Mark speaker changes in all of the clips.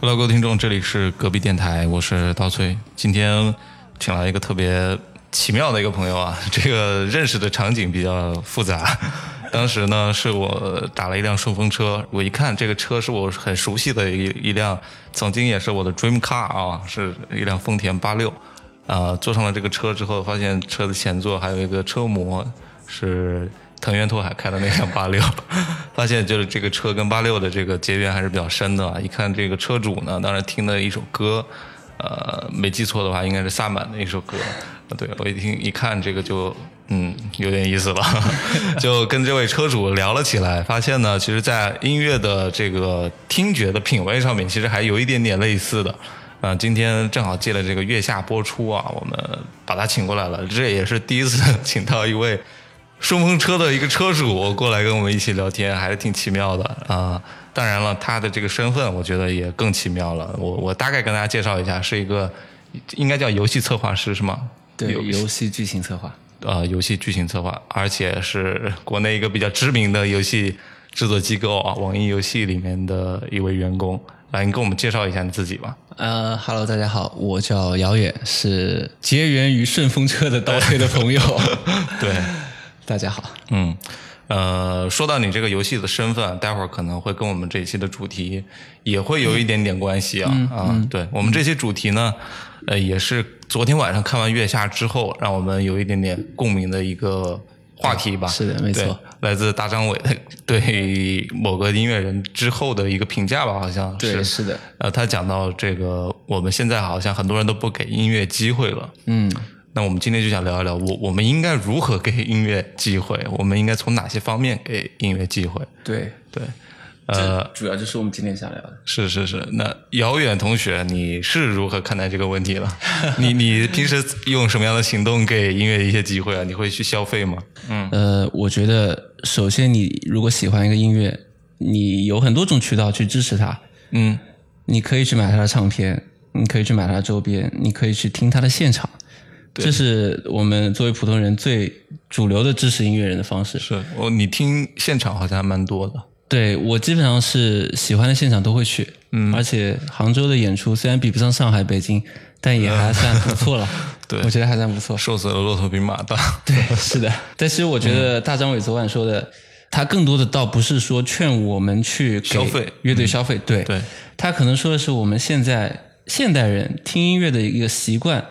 Speaker 1: Hello，各位听众，这里是隔壁电台，我是刀崔。今天请来一个特别奇妙的一个朋友啊，这个认识的场景比较复杂。当时呢，是我打了一辆顺风车，我一看这个车是我很熟悉的一一辆，曾经也是我的 dream car 啊，是一辆丰田八六。啊，坐上了这个车之后，发现车的前座还有一个车模是藤原拓海开的那辆八六， 发现就是这个车跟八六的这个结缘还是比较深的啊。一看这个车主呢，当时听的一首歌，呃，没记错的话应该是萨满的一首歌。啊对我一听一看这个就嗯有点意思了， 就跟这位车主聊了起来，发现呢，其实，在音乐的这个听觉的品味上面，其实还有一点点类似的。啊，今天正好借了这个月下播出啊，我们把他请过来了，这也是第一次 请到一位顺风车的一个车主过来跟我们一起聊天，还是挺奇妙的啊。当然了，他的这个身份我觉得也更奇妙了。我我大概跟大家介绍一下，是一个应该叫游戏策划师是吗？
Speaker 2: 对，
Speaker 1: 游
Speaker 2: 游戏剧情策划，
Speaker 1: 呃游戏剧情策划，而且是国内一个比较知名的游戏制作机构啊，网易游戏里面的一位员工。来，你给我们介绍一下你自己吧。
Speaker 2: 呃哈喽，大家好，我叫姚远，是结缘于顺风车的刀推的 朋友。
Speaker 1: 对，
Speaker 2: 大家好，
Speaker 1: 嗯，呃，说到你这个游戏的身份，待会儿可能会跟我们这一期的主题也会有一点点关系啊、
Speaker 2: 嗯
Speaker 1: 啊！对我们这期主题呢，呃，也是昨天晚上看完《月下》之后，让我们有一点点共鸣的一个话题吧。
Speaker 2: 是的没错
Speaker 1: 对，来自大张伟的对某个音乐人之后的一个评价吧，好像是
Speaker 2: 对是的
Speaker 1: 呃，他讲到这个，我们现在好像很多人都不给音乐机会了。
Speaker 2: 嗯，
Speaker 1: 那我们今天就想聊一聊，我我们应该如何给音乐机会？我们应该从哪些方面给音乐机会？
Speaker 2: 对，
Speaker 1: 对，呃，
Speaker 2: 主要就是我们今天想聊的。
Speaker 1: 是是是。那遥远同学，你是如何看待这个问题的？ 你你平时用什么样的行动给音乐一些机会啊？你会去消费吗？嗯，
Speaker 2: 呃，我觉得首先你如果喜欢一个音乐，你有很多种渠道去支持它，
Speaker 1: 嗯，
Speaker 2: 你可以去买他的唱片，你可以去买他的周边，你可以去听他的现场，这是我们作为普通人最主流的支持音乐人的方式。
Speaker 1: 是我你听现场好像还蛮多的。
Speaker 2: 对我基本上是喜欢的现场都会去，嗯，而且杭州的演出虽然比不上上海、北京，但也还算不错了。
Speaker 1: 对
Speaker 2: 我觉得还算 不错。
Speaker 1: 瘦死了骆驼比马大。
Speaker 2: 对，是的。但其实我觉得大张伟昨晚说的，他更多的倒不是说劝我们去给
Speaker 1: 消费嗯
Speaker 2: 乐队消费，对
Speaker 1: 对，
Speaker 2: 他可能说的是我们现在现代人听音乐的一个习惯，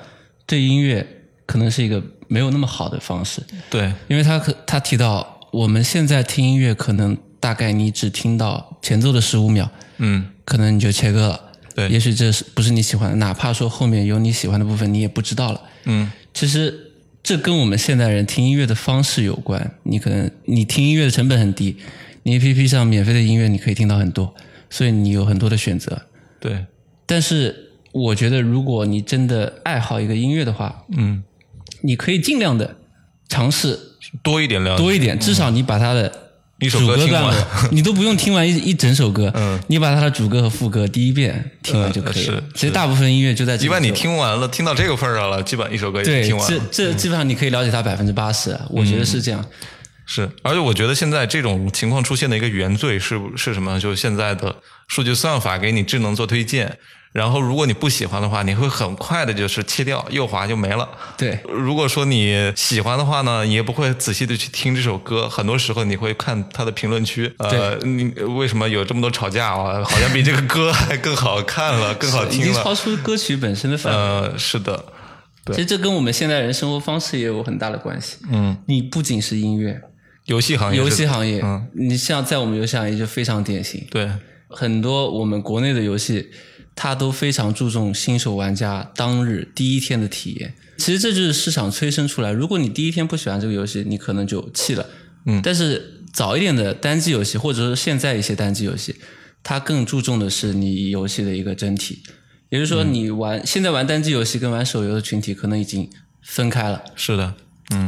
Speaker 2: 对音乐可能是一个没有那么好的方式。
Speaker 1: 对，
Speaker 2: 因为他可他提到我们现在听音乐，可能大概你只听到前奏的十五秒，
Speaker 1: 嗯，
Speaker 2: 可能你就切割了。
Speaker 1: 对
Speaker 2: 也许这是不是你喜欢的，哪怕说后面有你喜欢的部分，你也不知道了。
Speaker 1: 嗯，
Speaker 2: 其实这跟我们现代人听音乐的方式有关。你可能你听音乐的成本很低，你 APP 上免费的音乐你可以听到很多，所以你有很多的选择。
Speaker 1: 对，
Speaker 2: 但是我觉得，如果你真的爱好一个音乐的话，
Speaker 1: 嗯，
Speaker 2: 你可以尽量的尝试
Speaker 1: 多一点了解。
Speaker 2: 多一点，至少你把它的
Speaker 1: 嗯一首
Speaker 2: 主
Speaker 1: 歌
Speaker 2: 歌
Speaker 1: 听
Speaker 2: 段落
Speaker 1: 完，
Speaker 2: 你都不用听完一一整首歌，
Speaker 1: 嗯
Speaker 2: 你把它的主歌和副歌第一遍听完就可以了。
Speaker 1: 嗯是
Speaker 2: 其实大部分音乐就在这
Speaker 1: 一
Speaker 2: 里
Speaker 1: 般你
Speaker 2: 做
Speaker 1: 听完了，听到这个份儿上了，基本一首歌也
Speaker 2: 对，
Speaker 1: 听完嗯
Speaker 2: 这
Speaker 1: 了。
Speaker 2: 这基本上你可以了解它百分之八十，我觉得是这样。
Speaker 1: 嗯是，而且我觉得现在这种情况出现的一个原罪是是什么？就是现在的数据算法给你智能做推荐，然后如果你不喜欢的话，你会很快的就是切掉，右滑就没了。
Speaker 2: 对，
Speaker 1: 如果说你喜欢的话呢，你也不会仔细的去听这首歌，很多时候你会看它的评论区。呃，你为什么有这么多吵架啊？好像比这个歌还更好看了，更好
Speaker 2: 已经
Speaker 1: 听了。
Speaker 2: 超出歌曲本身的范围。
Speaker 1: 呃，是的，对
Speaker 2: 其实这跟我们现代人生活方式也有很大的关系。嗯，你不仅是音乐，
Speaker 1: 游戏行业是，
Speaker 2: 游戏行业，
Speaker 1: 嗯
Speaker 2: 你像在我们游戏行业就非常典型。
Speaker 1: 对，
Speaker 2: 很多我们国内的游戏，它都非常注重新手玩家当日第一天的体验。其实这就是市场催生出来。如果你第一天不喜欢这个游戏，你可能就弃了。嗯，但是早一点的单机游戏，或者说现在一些单机游戏，它更注重的是你游戏的一个整体。也就是说，你玩、现在玩单机游戏跟玩手游的群体可能已经分开了。
Speaker 1: 是的，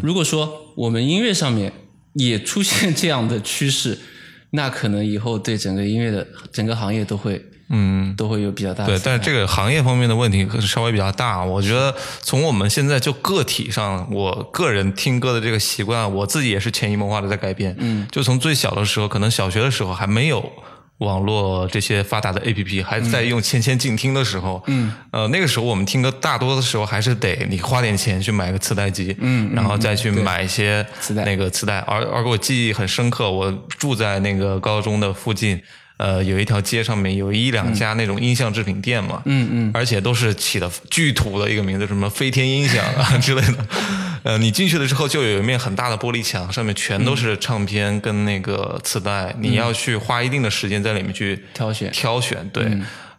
Speaker 2: 如果说我们音乐上面也出现这样的趋势， 那可能以后对整个音乐的整个行业都会，嗯，都会有比较大的
Speaker 1: 对，但是这个行业方面的问题可是稍微比较大。我觉得从我们现在就个体上，我个人听歌的这个习惯，我自己也是潜移默化的在改变。嗯，就从最小的时候，可能小学的时候还没有网络这些发达的 APP 还在用千千静听的时候，嗯，呃，那个时候我们听歌大多的时候还是得你花点钱去买个磁带机，
Speaker 2: 嗯嗯
Speaker 1: 然后再去
Speaker 2: 对
Speaker 1: 买一些
Speaker 2: 磁带
Speaker 1: 那个磁带。而而给我记忆很深刻，我住在那个高中的附近，呃，有一条街上面有一两家那种音像制品店嘛，
Speaker 2: 嗯嗯，
Speaker 1: 而且都是起的巨土的一个名字，什么飞天音响啊之类的。呃，你进去了之后，就有一面很大的玻璃墙，上面全
Speaker 2: 嗯
Speaker 1: 都是唱片跟那个磁带，你要去花一定的时间在里面去
Speaker 2: 挑选
Speaker 1: 挑选。对，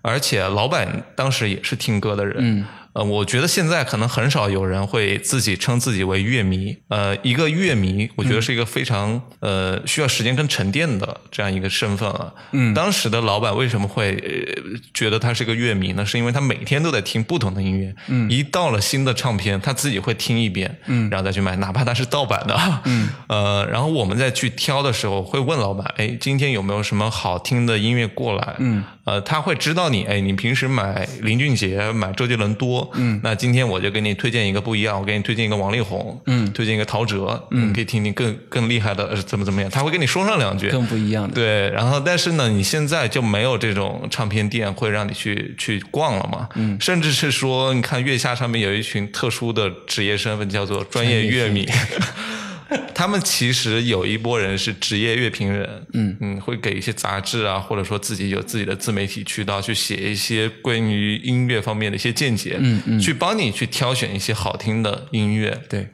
Speaker 1: 而且老板当时也是听歌的人。呃，我觉得现在可能很少有人会自己称自己为乐迷。呃，一个乐迷，我觉得是一个非常、呃需要时间跟沉淀的这样一个身份啊。嗯，当时的老板为什么会、呃、觉得他是个乐迷呢？是因为他每天都在听不同的音乐。嗯，一到了新的唱片，他自己会听一遍，嗯，然后再去买，哪怕它是盗版的。嗯， 呃，然后我们再去挑的时候，会问老板，哎，今天有没有什么好听的音乐过来？嗯，呃，他会知道你，哎，你平时买林俊杰、买周杰伦多，嗯，那今天我就给你推荐一个不一样，我给你推荐一个王力宏，嗯，推荐一个陶喆，嗯，可以听听更更厉害的，呃，怎么怎么样，他会跟你说上两句，
Speaker 2: 更不一样的。
Speaker 1: 对，然后但是呢，你现在就没有这种唱片店会让你去去逛了嘛？嗯，甚至是说，你看月下上面有一群特殊的职业身份，叫做专业乐迷。 他们其实有一波人是职业乐评人，嗯嗯，会给一些杂志啊，或者说自己有自己的自媒体渠道去写一些关于音乐方面的一些见解，嗯嗯，去帮你去挑选一些好听的音乐，
Speaker 2: 对，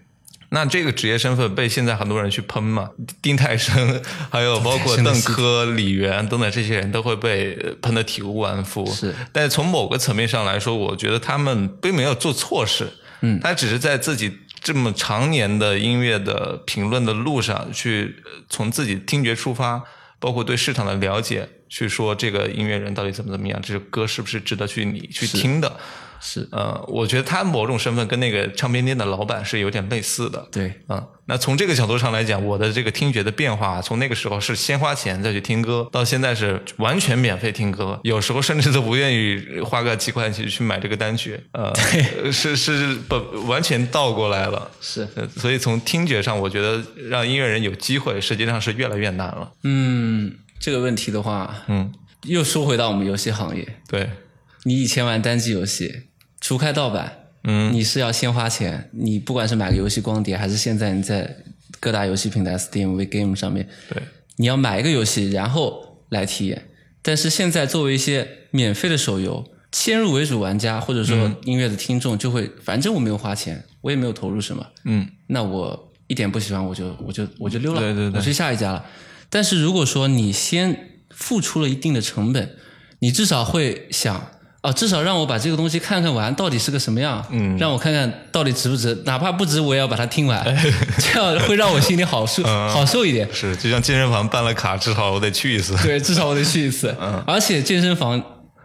Speaker 1: 那这个职业身份被现在很多人去喷嘛，丁太升，还有包 括邓科、李源等等这些人都会被呃喷得体无完肤。
Speaker 2: 是，
Speaker 1: 但是从某个层面上来说，我觉得他们并没有做错事，嗯，他只是在自己这么常年的音乐的评论的路上去，呃从自己听觉出发，包括对市场的了解，去说这个音乐人到底怎么怎么样，这首歌是不是值得去你去听的。
Speaker 2: 是，
Speaker 1: 呃，我觉得他某种身份跟那个唱片店的老板是有点类似的。
Speaker 2: 对，
Speaker 1: 嗯，那从这个角度上来讲，我的这个听觉的变化，从那个时候是先花钱再去听歌，到现在是完全免费听歌，有时候甚至都不愿意花个几块钱去买这个单曲，呃，是是不完全倒过来了。
Speaker 2: 是，
Speaker 1: 呃所以从听觉上，我觉得让音乐人有机会，实际上是越来越难了。
Speaker 2: 嗯，这个问题的话，
Speaker 1: 嗯，
Speaker 2: 又说回到我们游戏行业，
Speaker 1: 对，
Speaker 2: 你以前玩单机游戏，除开盗版，
Speaker 1: 嗯，
Speaker 2: 你是要先花钱，你不管是买个游戏光碟，还是现在你在各大游戏平台 Steam、VGame 上面，
Speaker 1: 对，
Speaker 2: 你要买一个游戏，然后来体验。但是现在作为一些免费的手游，先入为主玩家或者说音乐的听众就会，反正我没有花钱，我也没有投入什么，
Speaker 1: 嗯，
Speaker 2: 那我一点不喜欢我就我就我就溜了，
Speaker 1: 对对对
Speaker 2: 我去下一家了。但是如果说你先付出了一定的成本，你至少会想。啊，至少让我把这个东西看看完到底是个什么样，嗯，让我看看到底值不值，哪怕不值我也要把它听完，这样会让我心里好受好受一点。
Speaker 1: 是，就像健身房办了卡，至少我得去一次。
Speaker 2: 对，至少我得去一次。而且健身房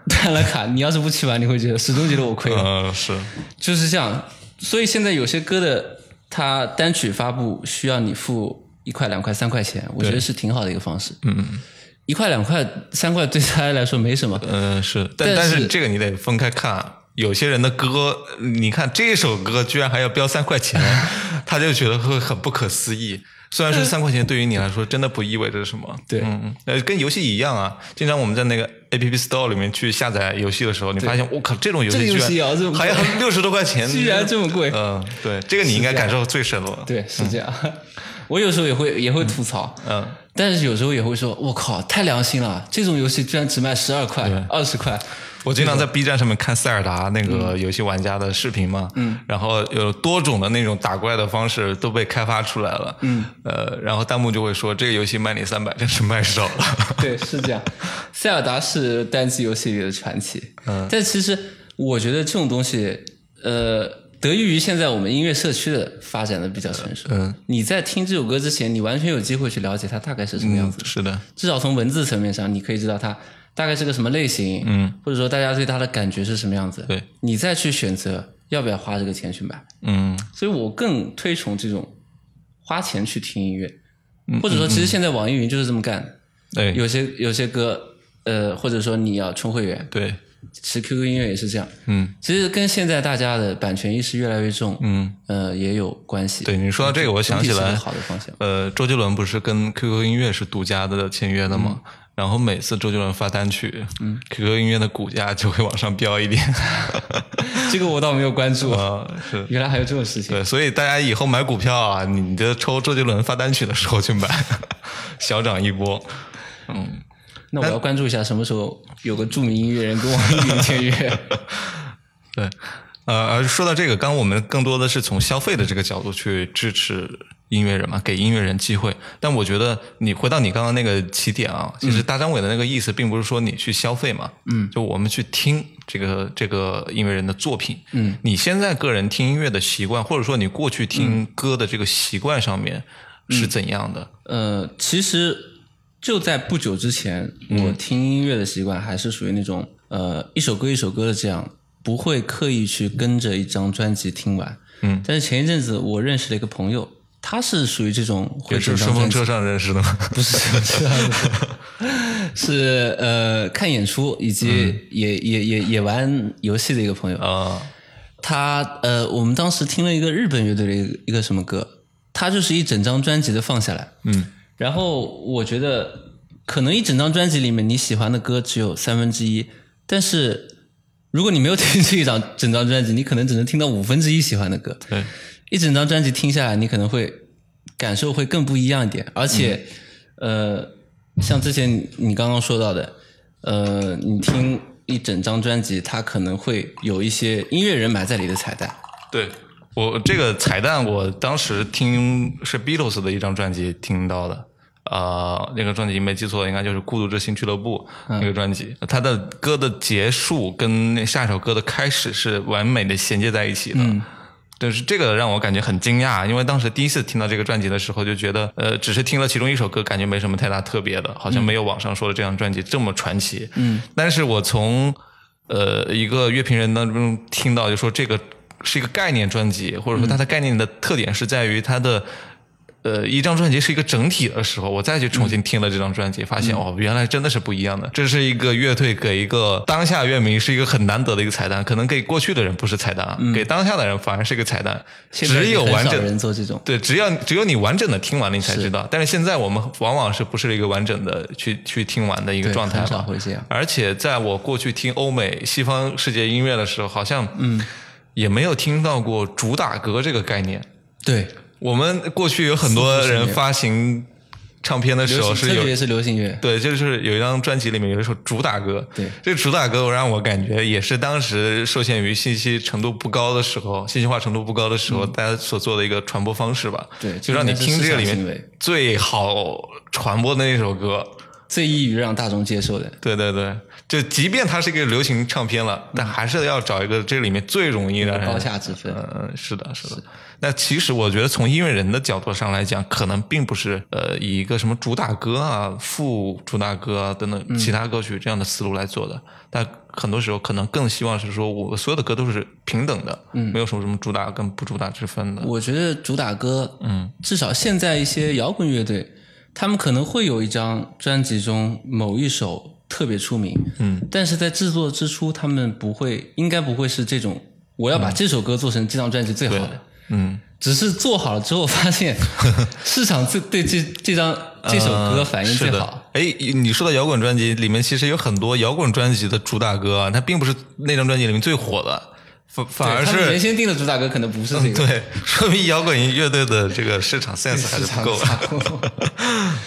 Speaker 2: 办了卡，你要是不去玩，你会觉得始终觉得我亏了，
Speaker 1: 嗯、是，
Speaker 2: 就是这样。所以现在有些歌的它单曲发布需要你付一块、两块、三块钱，我觉得是挺好的一个方式。嗯，一块、两块、三块对他来说没什么。
Speaker 1: 嗯，是，但
Speaker 2: 但
Speaker 1: 但
Speaker 2: 是
Speaker 1: 是这个你得分开看。啊有些人的歌，你看这首歌居然还要标三块 钱，他就觉得会很不可思议。虽然说三块钱对于你来说真的不意味着什么，
Speaker 2: 嗯对
Speaker 1: 嗯，嗯呃，跟游戏一样啊。经常我们在那个 A P P Store 里面去下载游戏的时候，你发现我靠，这种游
Speaker 2: 这
Speaker 1: 戏
Speaker 2: 个游戏
Speaker 1: 居
Speaker 2: 也要这么
Speaker 1: 然
Speaker 2: 贵
Speaker 1: 还要六十多块钱，
Speaker 2: 居然这么贵啊
Speaker 1: 嗯，对，这个你应该感受最深了。
Speaker 2: 对，是这样。 我有时候也会也会吐槽，
Speaker 1: 嗯，
Speaker 2: 但是有时候也会说，我靠，太良心了！这种游戏居然只卖十二块、二十块，
Speaker 1: 我经常在 B 站上面看塞尔达那
Speaker 2: 嗯
Speaker 1: 个游戏玩家的视频嘛，嗯，然后有多种的那种打怪的方式都被开发出来了，嗯，呃，然后弹幕就会说这个游戏卖你三百真是卖少 了，
Speaker 2: 对，是这样。塞尔达是单机游戏里的传奇，嗯，但其实我觉得这种东西，呃，得益于现在我们音乐社区的发展的比较成熟。
Speaker 1: 嗯，
Speaker 2: 你在听这首歌之前，你完全有机会去了解它大概是什么样
Speaker 1: 嗯
Speaker 2: 子，，
Speaker 1: 是的，
Speaker 2: 至少从文字层面上，你可以知道它大概是个什么类型，嗯，或者说大家对它的感觉是什么样子，
Speaker 1: 对，
Speaker 2: 你再去选择要不要花这个钱去买。
Speaker 1: 嗯，
Speaker 2: 所以我更推崇这种花钱去听音乐，
Speaker 1: 嗯
Speaker 2: 或者说，其实现在网易云就是这么干的。
Speaker 1: 哎，
Speaker 2: 有些有些歌，呃，或者说你要充会员，
Speaker 1: 对，
Speaker 2: 其实 QQ 音乐也是这样。
Speaker 1: 嗯，
Speaker 2: 其实跟现在大家的版权意识越来越重，嗯，呃，也有关系。
Speaker 1: 对，你说到这个，我想起
Speaker 2: 总体是
Speaker 1: 来
Speaker 2: 个，好的方向。嗯
Speaker 1: 呃，周杰伦不是跟 QQ 音乐是独家的签约的吗？然后每次周杰伦发单曲，嗯，QQ 音乐的股价就会往上飙一点。
Speaker 2: 这个我倒没有关注，
Speaker 1: 啊，是
Speaker 2: 原来还有这种事情。
Speaker 1: 对，所以大家以后买股票啊，你就抽周杰伦发单曲的时候去买， 小涨一波。
Speaker 2: 那我要关注一下什么时候有个著名音乐人跟网 易云签约。
Speaker 1: 对，呃，而说到这个，刚刚我们更多的是从消费的这个角度去支持音乐人嘛，给音乐人机会。但我觉得你回到你刚刚那个起点啊，其实大张伟的那个意思并不是说你去消费嘛，嗯，就我们去听这个这个音乐人的作品，嗯，你现在个人听音乐的习惯，或者说你过去听歌的这个习惯上面是怎样的？
Speaker 2: 呃，其实就在不久之前，
Speaker 1: 嗯
Speaker 2: 我听音乐的习惯还是属于那种呃一首歌一首歌的这样，不会刻意去跟着一张专辑听完。
Speaker 1: 嗯，
Speaker 2: 但是前一阵子我认识了一个朋友，他是属于这种会
Speaker 1: 也
Speaker 2: 整
Speaker 1: 是顺
Speaker 2: 张专
Speaker 1: 风
Speaker 2: 辑
Speaker 1: 车上认识的吗？
Speaker 2: 不是这样的， 是呃看演出以
Speaker 1: 嗯
Speaker 2: 及也、也也也玩游戏的一个朋友。
Speaker 1: 啊，
Speaker 2: 他呃，我们当时听了一个日本乐队的一个一个什么歌，他就是一整张专辑的放下来。
Speaker 1: 嗯，
Speaker 2: 然后我觉得可能一整张专辑里面你喜欢的歌只有三分之一，但是如果你没有听这一张整张专辑，你可能只能听到五分之一喜欢的歌。
Speaker 1: 对，
Speaker 2: 一整张专辑听下来，你可能会感受会更不一样一点，而且，呃，像之前你你刚刚说到的，呃，你听一整张专辑，它可能会有一些音乐人埋在里的彩蛋，
Speaker 1: 对我这个彩蛋，我当时听是 Beatles 的一张专辑听到的，呃，那个专辑没记错，应该就是《孤独之星俱乐部》那个专辑，它的歌的结束跟那下一首歌的开始是完美的衔接在一起的。但是这个让我感觉很惊讶，因为当时第一次听到这个专辑的时候，就觉得呃，只是听了其中一首歌，感觉没什么太大特别的，好像没有网上说的这张专辑这么传奇。嗯，但是我从呃一个乐评人当中听到，就说这个是一个概念专辑，或者说它的概念的特点是在于它的。呃，一张专辑是一个整体的时候，我再去重
Speaker 2: 嗯
Speaker 1: 新听了这张专辑，发现哦，原来真的是不一样的。这是一个乐队给一个当下乐迷是一个很难得的一个彩蛋，可能给过去的人不是彩蛋啊，给当下的人反而是一个彩蛋。
Speaker 2: 嗯现在
Speaker 1: 只有
Speaker 2: 很
Speaker 1: 完
Speaker 2: 少
Speaker 1: 整
Speaker 2: 人做这种，
Speaker 1: 对，只要只有你完整的听完了，你才知道。但是现在我们往往是不是一个完整的去去听完的一个
Speaker 2: 对
Speaker 1: 状态
Speaker 2: 很少
Speaker 1: 嘛？
Speaker 2: 会这样。
Speaker 1: 而且在我过去听欧美西方世界音乐的时候，好像嗯，也没有听到过主打歌这个概念。
Speaker 2: 对，
Speaker 1: 我们过去有很多人发行唱片的时
Speaker 2: 流
Speaker 1: 候
Speaker 2: 行
Speaker 1: 是
Speaker 2: 特
Speaker 1: 有
Speaker 2: 别是流行乐，
Speaker 1: 对，就是有一张专辑里面有一首主打歌，
Speaker 2: 对
Speaker 1: 这个主打歌让我感觉也是当时受限于信息程度不高的时候，信息化程度不高的时候，大家所做的一个传播方式吧。
Speaker 2: 嗯对
Speaker 1: 就让你听这个里
Speaker 2: 这应该是市场行
Speaker 1: 面
Speaker 2: 为
Speaker 1: 最好传播的那首歌。
Speaker 2: 最易于让大众接受的，
Speaker 1: 对对对，就即便它是一个流行唱片了，但还是要找一个这里面最容易让人
Speaker 2: 嗯高下之分。
Speaker 1: 嗯，是的，是的。那其实我觉得，从音乐人的角度上来讲，可能并不是呃以一个什么主打歌啊、副主打歌啊等
Speaker 2: 嗯
Speaker 1: 等其他歌曲这样的思路来做的。但很多时候，可能更希望是说我所有的歌都是平等的，
Speaker 2: 嗯
Speaker 1: 没有什么什么主打跟不主打之分的。
Speaker 2: 我觉得主打歌，嗯，至少现在一些摇滚乐队，他们可能会有一张专辑中某一首特别出名，嗯，但是在制作之初，他们不会，应该不会是这种，我要把这首歌做成这张专辑最好的，
Speaker 1: 嗯，
Speaker 2: 只是做好了之后 发现，市场最对这这张这首歌反应
Speaker 1: 呃是
Speaker 2: 最
Speaker 1: 的
Speaker 2: 好，。
Speaker 1: 哎，你说到摇滚专辑里面，其实有很多摇滚专辑的主打歌啊，它并不是那张专辑里面最火的，反反
Speaker 2: 对
Speaker 1: 而
Speaker 2: 他们原
Speaker 1: 呃是。嗯
Speaker 2: 先定的主打歌可能不是这个，
Speaker 1: 对， 说明摇滚乐队的这个市场 sense 还是
Speaker 2: 市场
Speaker 1: 不够。
Speaker 2: 差 不多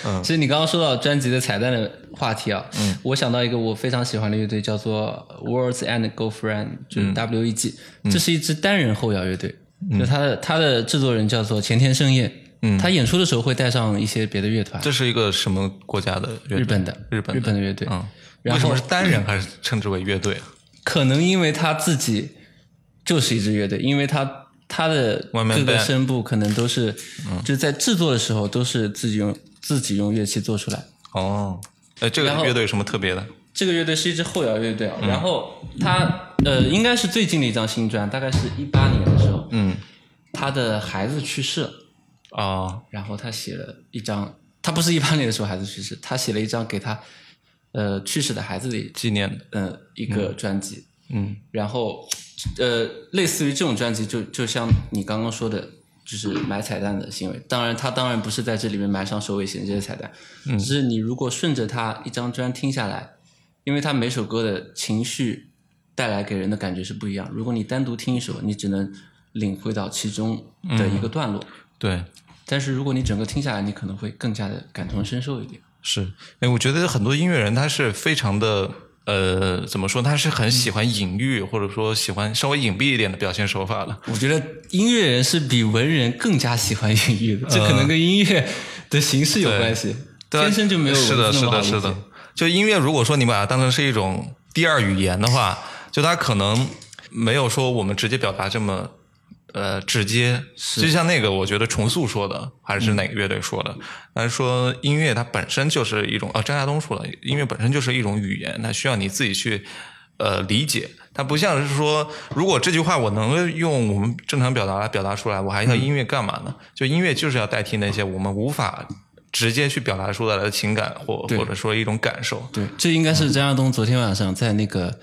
Speaker 1: 嗯
Speaker 2: 其实你刚刚说到专辑的彩蛋的话题啊，我想到一个我非常喜欢的乐队，叫做 Words and Girlfriend，就是
Speaker 1: 嗯
Speaker 2: W.E.G，、这是一支单人后摇乐队，就他的他的制作人叫做前田胜彦，他演出的时候会带上一些别的乐团，
Speaker 1: 嗯这是一个什么国家的乐队？
Speaker 2: 日本的
Speaker 1: 日本的
Speaker 2: 日本的乐队，
Speaker 1: 嗯，
Speaker 2: 然
Speaker 1: 为什
Speaker 2: 后
Speaker 1: 么是单人还是称之为乐队啊？
Speaker 2: 可能因为他自己就是一支乐队，因为他他的
Speaker 1: One man
Speaker 2: 各个
Speaker 1: band 嗯
Speaker 2: 声部可能都是，就在制作的时候都是自己用自己用乐器做出来。
Speaker 1: 哦，呃，这个
Speaker 2: 然后
Speaker 1: 乐队有什么特别的？
Speaker 2: 这个乐队是一支后摇乐队啊，
Speaker 1: 嗯
Speaker 2: 然后他呃应该是最近的一张新专，大概是一八年的时候，
Speaker 1: 嗯，
Speaker 2: 他的孩子去世了，
Speaker 1: 哦，
Speaker 2: 然后他写了一张，他不是一八年的时候孩子去世，他写了一张给他呃去世的孩子的
Speaker 1: 纪念，
Speaker 2: 呃一个专辑，
Speaker 1: 嗯
Speaker 2: 然后呃类似于这种专辑就就像你刚刚说的，就是买彩蛋的行为。当然，他当然不是在这里面埋上首尾衔接的彩蛋，只是你如果顺着他一张专听下来，因为他每首歌的情绪带来给人的感觉是不一样。如果你单独听一首，你只能领会到其中的一个段落，
Speaker 1: 对，
Speaker 2: 但是如果你整个听下来，你可能会更加的感同身受一点。
Speaker 1: 是，哎，我觉得很多音乐人他是非常的，呃，怎么说？他是很喜欢隐喻，或者说喜欢稍微隐蔽一点的表现手法的。
Speaker 2: 我觉得音乐人是比文人更加喜欢隐喻的，这可能跟音乐的形式有关系，
Speaker 1: 嗯对啊
Speaker 2: 天生就没有
Speaker 1: 是的，
Speaker 2: 文字
Speaker 1: 是
Speaker 2: 那么好
Speaker 1: 的，
Speaker 2: 理
Speaker 1: 是
Speaker 2: 解
Speaker 1: 的。就音乐，如果说你把它当成是一种第二语言的话，就它可能没有说我们直接表达这么呃直接。就像那个，我觉得重塑说的，还是哪个乐队说
Speaker 2: 嗯
Speaker 1: 的，还是说音乐它本身就是一种啊，张亚东说的，音乐本身就是一种语言，它需要你自己去呃理解。它不像是说，如果这句话我能用我们正常表达来表达出来，我还
Speaker 2: 嗯
Speaker 1: 要音乐干嘛呢？就音乐就是要代替那些我们无法直接去表达出来的情感或
Speaker 2: 对
Speaker 1: 或者说一种感受。
Speaker 2: 对，这应该是张亚东昨天晚上在那个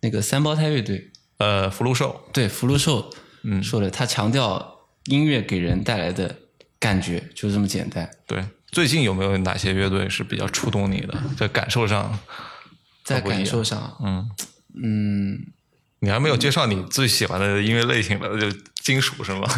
Speaker 2: 那个三胞胎乐队
Speaker 1: 呃，福禄寿，
Speaker 2: 对福禄寿嗯说的，他强调音乐给人带来的感觉就这么简单。
Speaker 1: 对，最近有没有哪些乐队是比较触动你的？在感受上，
Speaker 2: 在
Speaker 1: 不一样
Speaker 2: 感受上，
Speaker 1: 嗯
Speaker 2: 嗯，
Speaker 1: 你还没有介绍你最喜欢的音乐类型了，就金属是吗？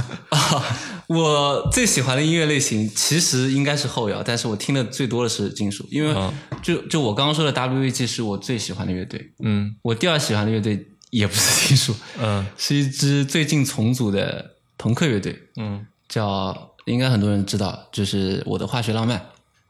Speaker 2: 我最喜欢的音乐类型其实应该是后摇，但是我听的最多的是金属，因为
Speaker 1: 嗯
Speaker 2: 就就我刚刚说的 W.E.G 是我最喜欢的乐队，
Speaker 1: 嗯
Speaker 2: 我第二喜欢的乐队也不是金属，
Speaker 1: 嗯
Speaker 2: 是一支最近重组的朋克乐队，
Speaker 1: 嗯
Speaker 2: 叫应该很多人知道，就是我的化学浪漫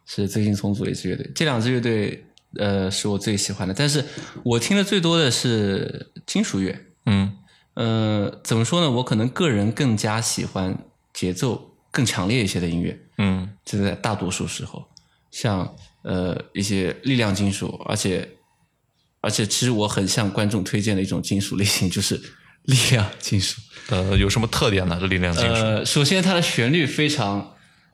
Speaker 2: 是最近重组的一支乐队，这两支乐队呃是我最喜欢的，但是我听的最多的是金属乐，
Speaker 1: 嗯
Speaker 2: 呃，怎么说呢？我可能个人更加喜欢节奏更强烈一些的音乐，
Speaker 1: 嗯
Speaker 2: 这是在大多数时候，像呃一些力量金属，而且而且其实我很向观众推荐的一种金属类型就是 力量金属。
Speaker 1: 呃，有什么特点呢？这力量金属、
Speaker 2: 呃，首先它的旋律非常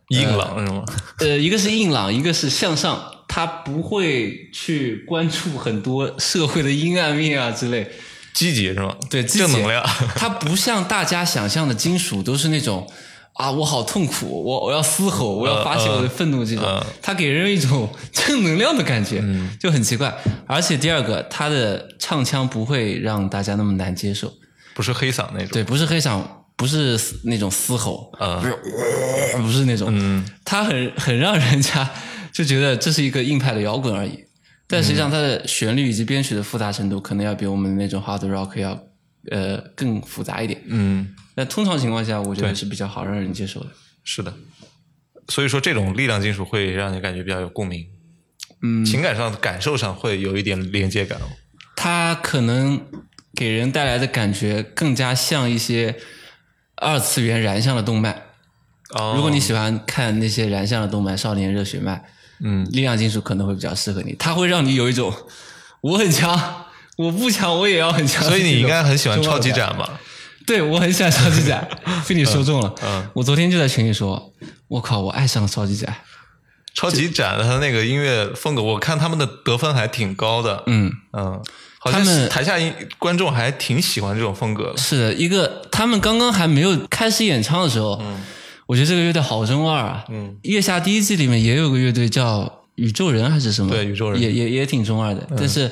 Speaker 1: 硬朗是吗？
Speaker 2: 呃，一个是硬朗，一个是向上，他不会去关注很多社会的阴暗面啊之类。
Speaker 1: 积极是吗？
Speaker 2: 对，积极
Speaker 1: 正能量。
Speaker 2: 它不像大家想象的金属都是那种啊，我好痛苦，我我要嘶吼，我要发泄我的愤怒这种，
Speaker 1: 嗯
Speaker 2: 它给人一种 正能量的感觉，就很奇怪。而且第二个，它的唱腔不会让大家那么难接受，
Speaker 1: 不是黑嗓那种。
Speaker 2: 对，不是黑嗓，不是嘶那种嘶吼，
Speaker 1: 嗯
Speaker 2: 不是、不是那种，它很很让人家就觉得这是一个硬派的摇滚而已。但实际
Speaker 1: 嗯
Speaker 2: 上，它的旋律以及编曲的复杂程度，可能要比我们那种 hard rock 要呃更复杂一点。
Speaker 1: 嗯，
Speaker 2: 那通常情况下，我觉
Speaker 1: 对
Speaker 2: 得是比较好让人接受的。
Speaker 1: 是的。所以说，这种力量金属会让你感觉比较有共鸣，
Speaker 2: 嗯，
Speaker 1: 情感上、感受上会有一点连接感。哦
Speaker 2: 它可能给人带来的感觉更加像一些二次元燃向的动漫。
Speaker 1: 哦，
Speaker 2: 如果你喜欢看那些燃向的动漫，《少年热血漫》，
Speaker 1: 嗯，
Speaker 2: 力量金属可能会比较适合你，它会让你有一种 我很强，我不强我也要很强。
Speaker 1: 所以你应该很喜欢超级
Speaker 2: 展。
Speaker 1: 展吧？
Speaker 2: 对，我很喜欢超级 仔，被你说中了。
Speaker 1: 嗯
Speaker 2: 我昨天就在群里说，我靠，我爱上了超级仔。
Speaker 1: 超级展他那个音乐风格，我看他们的得分还挺高的。
Speaker 2: 嗯，
Speaker 1: 嗯，好像
Speaker 2: 他们
Speaker 1: 台下音观众还挺喜欢这种风格的。
Speaker 2: 是的，一个他们刚刚还没有开始演唱的时候，我觉得这个乐队好中二啊。
Speaker 1: 嗯，
Speaker 2: 月下第一季里面也有个乐队叫宇宙人还是什么？
Speaker 1: 对宇宙人嗯
Speaker 2: 也也也挺中二的，但是。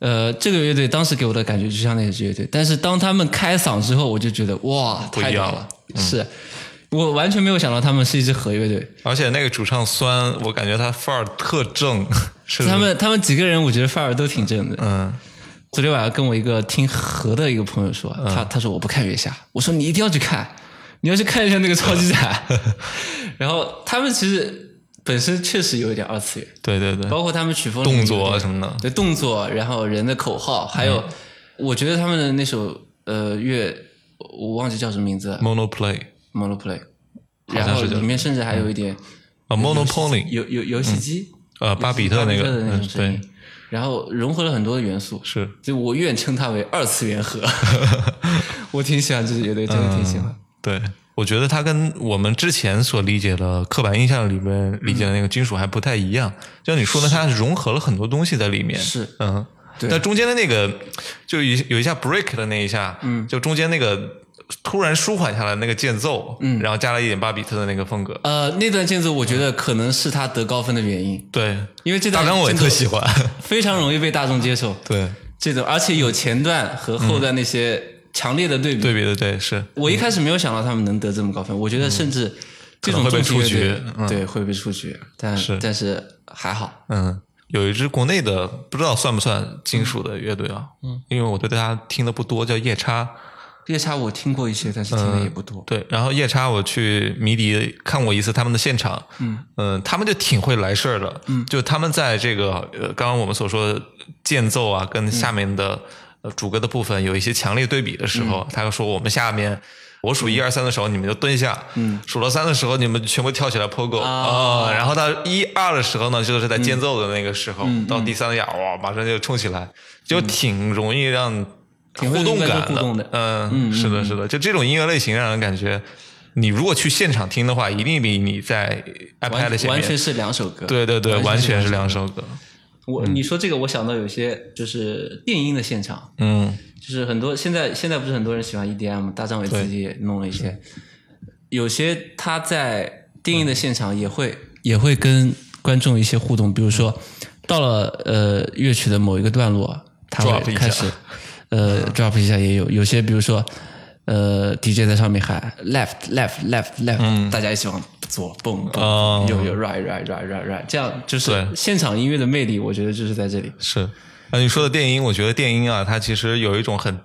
Speaker 2: 呃，这个乐队当时给我的感觉就像那支乐队，但是当他们开嗓之后，我就觉得哇，
Speaker 1: 不一
Speaker 2: 太屌
Speaker 1: 样
Speaker 2: 了！是我完全没有想到他们是一支和乐队，
Speaker 1: 而且那个主唱酸，我感觉他范儿特正，是
Speaker 2: 他们他们几个人我觉得范儿都挺正的，
Speaker 1: 嗯
Speaker 2: 昨天晚上跟我一个听和的一个朋友说，
Speaker 1: 嗯
Speaker 2: 他他说我不看月下，我说你一定要去看，你要去看一下那个超 级展。然后他们其实本身确实有一点二次元，
Speaker 1: 对对对，
Speaker 2: 包括他们曲风里面
Speaker 1: 嗯动
Speaker 2: 有
Speaker 1: 作嗯啊
Speaker 2: 点
Speaker 1: 什么的，
Speaker 2: 对动作，然后人的口号，还有、我觉得他们的那首呃乐，我忘记叫什么名字了
Speaker 1: Monoplay
Speaker 2: ，Monoplay，
Speaker 1: 嗯像
Speaker 2: 然后
Speaker 1: 是叫
Speaker 2: 里面甚至还有一点
Speaker 1: 啊，Monopoly，
Speaker 2: 游游游戏机，
Speaker 1: 呃，巴比特那
Speaker 2: 巴
Speaker 1: 个，
Speaker 2: 的那
Speaker 1: 嗯
Speaker 2: 种声
Speaker 1: 对
Speaker 2: 音，，然后融合了很多的元素，
Speaker 1: 是
Speaker 2: 就我愿称它为二次元 核。我挺喜欢这支乐队，真的挺喜欢。
Speaker 1: 对，我觉得它跟我们之前所理解的刻板印象里面
Speaker 2: 嗯
Speaker 1: 理解的那个金属还不太一样。就像你说的，它融合了很多东西在里面。
Speaker 2: 是
Speaker 1: 嗯，
Speaker 2: 对
Speaker 1: 但中间的那个，就有一有一下 break 的那一下，嗯，就中间那个突然舒缓下来那个间奏，嗯，然后加了一点巴比特的那个风格，
Speaker 2: 呃，那段间奏我觉得可能是他得高分的原因，
Speaker 1: 对，
Speaker 2: 因为这
Speaker 1: 大
Speaker 2: 段
Speaker 1: 纲我也
Speaker 2: 间奏
Speaker 1: 特喜欢，
Speaker 2: 非常容易被大众接受。
Speaker 1: 对，
Speaker 2: 这种，而且有前段和后段那些强烈的对 比。
Speaker 1: 嗯对比的对是，
Speaker 2: 我一开始没有想到他们能得这么高分，我觉得甚至这种
Speaker 1: 可能会被
Speaker 2: 重型乐队
Speaker 1: 出局嗯
Speaker 2: 对，会被出局。但
Speaker 1: 是
Speaker 2: 但是还好，
Speaker 1: 嗯，有一支国内的不知道算不算金属的乐队啊，嗯，因为我对他听的不多，叫夜叉，
Speaker 2: 夜叉我听过一些，但是听
Speaker 1: 嗯
Speaker 2: 的也不多。
Speaker 1: 对，然后夜叉我去迷笛看过一次他们的现场，嗯他们就挺会来事儿的，嗯，就他们在这个呃，刚刚我们所说的间奏啊，
Speaker 2: 嗯
Speaker 1: 跟下面的、呃主歌的部分有一些强烈对比的时
Speaker 2: 嗯
Speaker 1: 候，他就说我们下面。我数一二三的时候，你们就蹲下；嗯、数到三的时候，你们全部跳起来 pogo
Speaker 2: 啊嗯
Speaker 1: 啊、然后到一二的时候呢，就是在间奏的那个时候，到第三呀，哇，马上就冲起来，就挺容易让
Speaker 2: 嗯挺会
Speaker 1: 互动
Speaker 2: 跟观
Speaker 1: 感
Speaker 2: 众互动的
Speaker 1: 嗯，是的，是的，就这种音乐类型让人感觉，你如果去现场听的话，一定比你在 iPad
Speaker 2: 完
Speaker 1: 前
Speaker 2: 完全
Speaker 1: 面，
Speaker 2: 是两首歌。
Speaker 1: 对对对，完全是两首歌。
Speaker 2: 我你说这个，我想到有些就是电音的现场，
Speaker 1: 嗯，
Speaker 2: 就是很多现在现在不是很多人喜欢 EDM，吗大张伟自己也弄了一些，有些他在电影的现场也会、嗯也会跟观众一些互动，比如说到了呃乐曲的某一个段落，他
Speaker 1: Drop
Speaker 2: 会
Speaker 1: 一下
Speaker 2: 开始呃 drop 一下也有，有些比如说呃 DJ 在上面喊 left left left left，、大家一起往左蹦
Speaker 1: 嗯
Speaker 2: 蹦
Speaker 1: 哦
Speaker 2: 右右 right right right right right，这样就是
Speaker 1: 对
Speaker 2: 现场音乐的魅力，我觉得就是在这里。
Speaker 1: 是。那你说的电音，我觉得电音啊，它其实有一种很。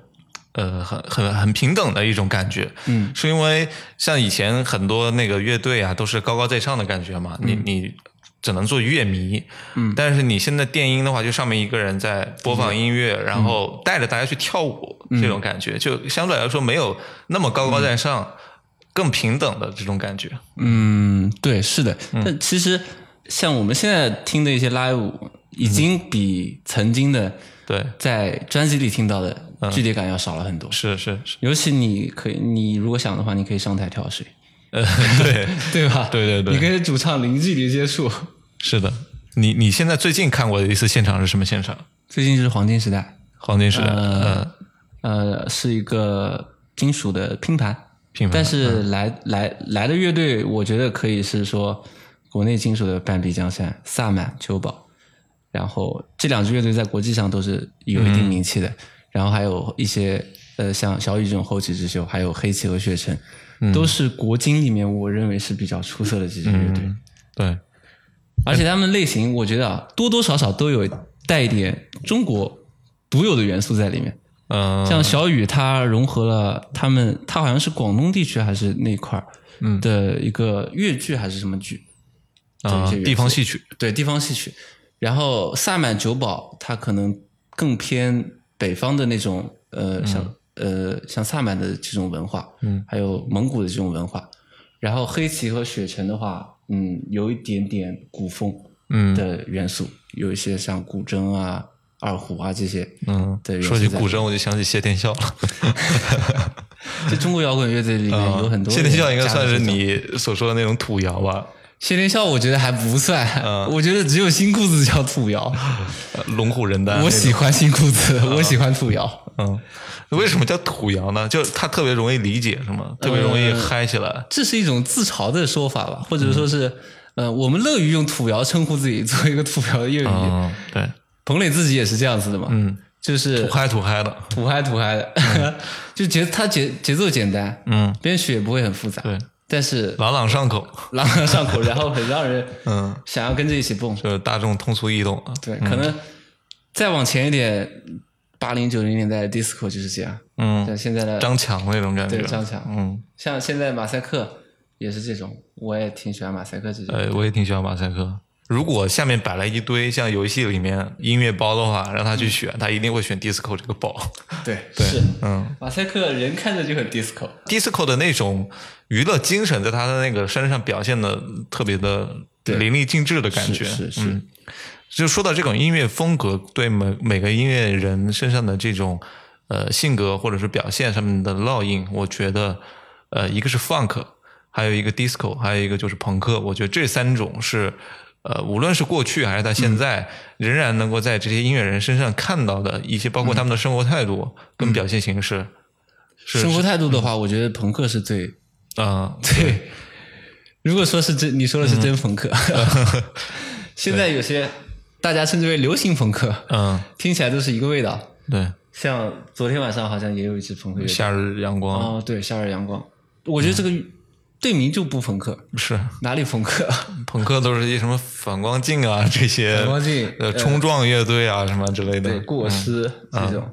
Speaker 1: 呃，很很很平等的一种感觉，嗯，是因为像以前很多那个乐队啊，都是高高在上的感觉嘛，你你只能做乐迷，嗯，但是你现在电音的话，就上面一个人在播放音乐，然后带着大家去跳舞，这种感觉就相对来说没有那么高高在上，更平等的这种感觉，
Speaker 2: 嗯，对，是的。但其实像我们现在听的一些 live，已经比曾经的
Speaker 1: 对，
Speaker 2: 在专辑里听到的距离感要少了很多。
Speaker 1: 是是 是，
Speaker 2: 尤其你可以，你如果想的话，你可以上台跳水，
Speaker 1: 呃，对，
Speaker 2: 对吧？
Speaker 1: 对对对
Speaker 2: 你跟主唱零距离接触。
Speaker 1: 是的。你你现在最近看过的一次现场是什么现场？
Speaker 2: 最近就是黄金时代，
Speaker 1: 黄金时代，
Speaker 2: 呃
Speaker 1: 呃，
Speaker 2: 呃，是一个金属的拼盘，
Speaker 1: 品牌，
Speaker 2: 但是来来来的乐队，我觉得可以是说国内金属的半壁江山、萨满、秋宝，然后这两支乐队在国际上都是有一定名气的，然后还有一些呃像小雨这种后起之秀，还有黑棋和血尘，都是国金里面我认为是比较出色的几支乐队，
Speaker 1: 嗯对，
Speaker 2: 而且他们类型我觉得啊多多少少都有带一点中国独有的元素在里面。
Speaker 1: 嗯、
Speaker 2: 像小雨，他融合了他们，他好像是广东地区还是那块儿
Speaker 1: 嗯
Speaker 2: 的一个粤剧还是什么剧，
Speaker 1: 啊、
Speaker 2: 这些元素
Speaker 1: 地方戏曲，
Speaker 2: 对地方戏曲。然后萨满九宝，它可能更偏北方的那种，呃，像呃像萨满的这种文化，
Speaker 1: 嗯，
Speaker 2: 还有蒙古的这种文化。然后黑旗和雪城的话，嗯，有一点点古风
Speaker 1: 嗯
Speaker 2: 的元素，有一些像古筝啊、二胡啊这些，
Speaker 1: 嗯
Speaker 2: 对，
Speaker 1: 说起
Speaker 2: 元素在
Speaker 1: 古筝，我就想起谢天笑了。
Speaker 2: 这中国摇滚乐队里面有很
Speaker 1: 嗯
Speaker 2: 多、
Speaker 1: 啊谢天笑应该算是。你所说的那种土窑吧，
Speaker 2: 谢天笑我觉得还不算，
Speaker 1: 嗯
Speaker 2: 我觉得只有新裤子叫土窑。
Speaker 1: 呃龙虎人丹那种。
Speaker 2: 我喜欢新裤子，我喜欢土窑。
Speaker 1: 嗯，为什么叫土窑呢？就是它特别容易理解，是吗？特别容
Speaker 2: 呃
Speaker 1: 易嗨起来。
Speaker 2: 这是一种自嘲的说法吧，或者说是，呃，我们乐于用土窑称呼自己，做一个土窑的乐迷。
Speaker 1: 嗯，对，
Speaker 2: 彭磊自己也是这样子的嘛，啊嗯，就是
Speaker 1: 土嗨土嗨的。
Speaker 2: 土嗨土嗨的， 就节他节节奏简单，
Speaker 1: 嗯，
Speaker 2: 编曲也不会很复杂，
Speaker 1: 对，
Speaker 2: 但是
Speaker 1: 朗朗上口，
Speaker 2: 朗朗上 口，然后很让人
Speaker 1: 嗯，
Speaker 2: 想要跟着一起蹦。
Speaker 1: 就是大众通俗易懂啊。
Speaker 2: 对，可能再往前一点，八零九零年代的 disco 就是这样。
Speaker 1: 嗯，
Speaker 2: 像现在的
Speaker 1: 张强那种感觉。
Speaker 2: 对张强
Speaker 1: 嗯，
Speaker 2: 像现在马赛克也是这种，我也挺喜欢马赛克这种。
Speaker 1: 呃，我也挺喜欢马赛克。如果下面摆了一堆像游戏里面音乐包的话，让他去选，他一定会选 disco 这个包。
Speaker 2: 对，是
Speaker 1: 嗯，
Speaker 2: 马赛克人看着就很 disco。
Speaker 1: disco 的那种娱乐精神，在他的那个身上表现的特别的
Speaker 2: 对
Speaker 1: 淋漓尽致的感觉。
Speaker 2: 是是是
Speaker 1: 嗯，就说到这种音乐风格对每每个音乐人身上的这种呃性格或者是表现上面的烙印，我觉得呃一个是 funk，还有一个 disco，还有一个就是朋克。我觉得这三种是。呃，无论是过去还是到现在，仍然能够在这些音乐人身上看到的一些，包括他们的生活态度跟表现形式，是
Speaker 2: 嗯生活态度的话，我觉得朋克是最
Speaker 1: 啊、
Speaker 2: 对。如果说是真，你说的是真朋克， 现在有些大家称之为流行朋克，
Speaker 1: 嗯，
Speaker 2: 听起来都是一个味道。
Speaker 1: 对，
Speaker 2: 像昨天晚上好像也有一支朋克乐队，
Speaker 1: 夏日阳光、
Speaker 2: 哦，对，夏日阳光，嗯我觉得这个队名就不朋克，
Speaker 1: 是
Speaker 2: 哪里朋克？
Speaker 1: 朋克，都是一些什么反光镜啊这些，
Speaker 2: 反光镜
Speaker 1: 呃，冲撞乐队啊什么之类的，
Speaker 2: 对，过失这种。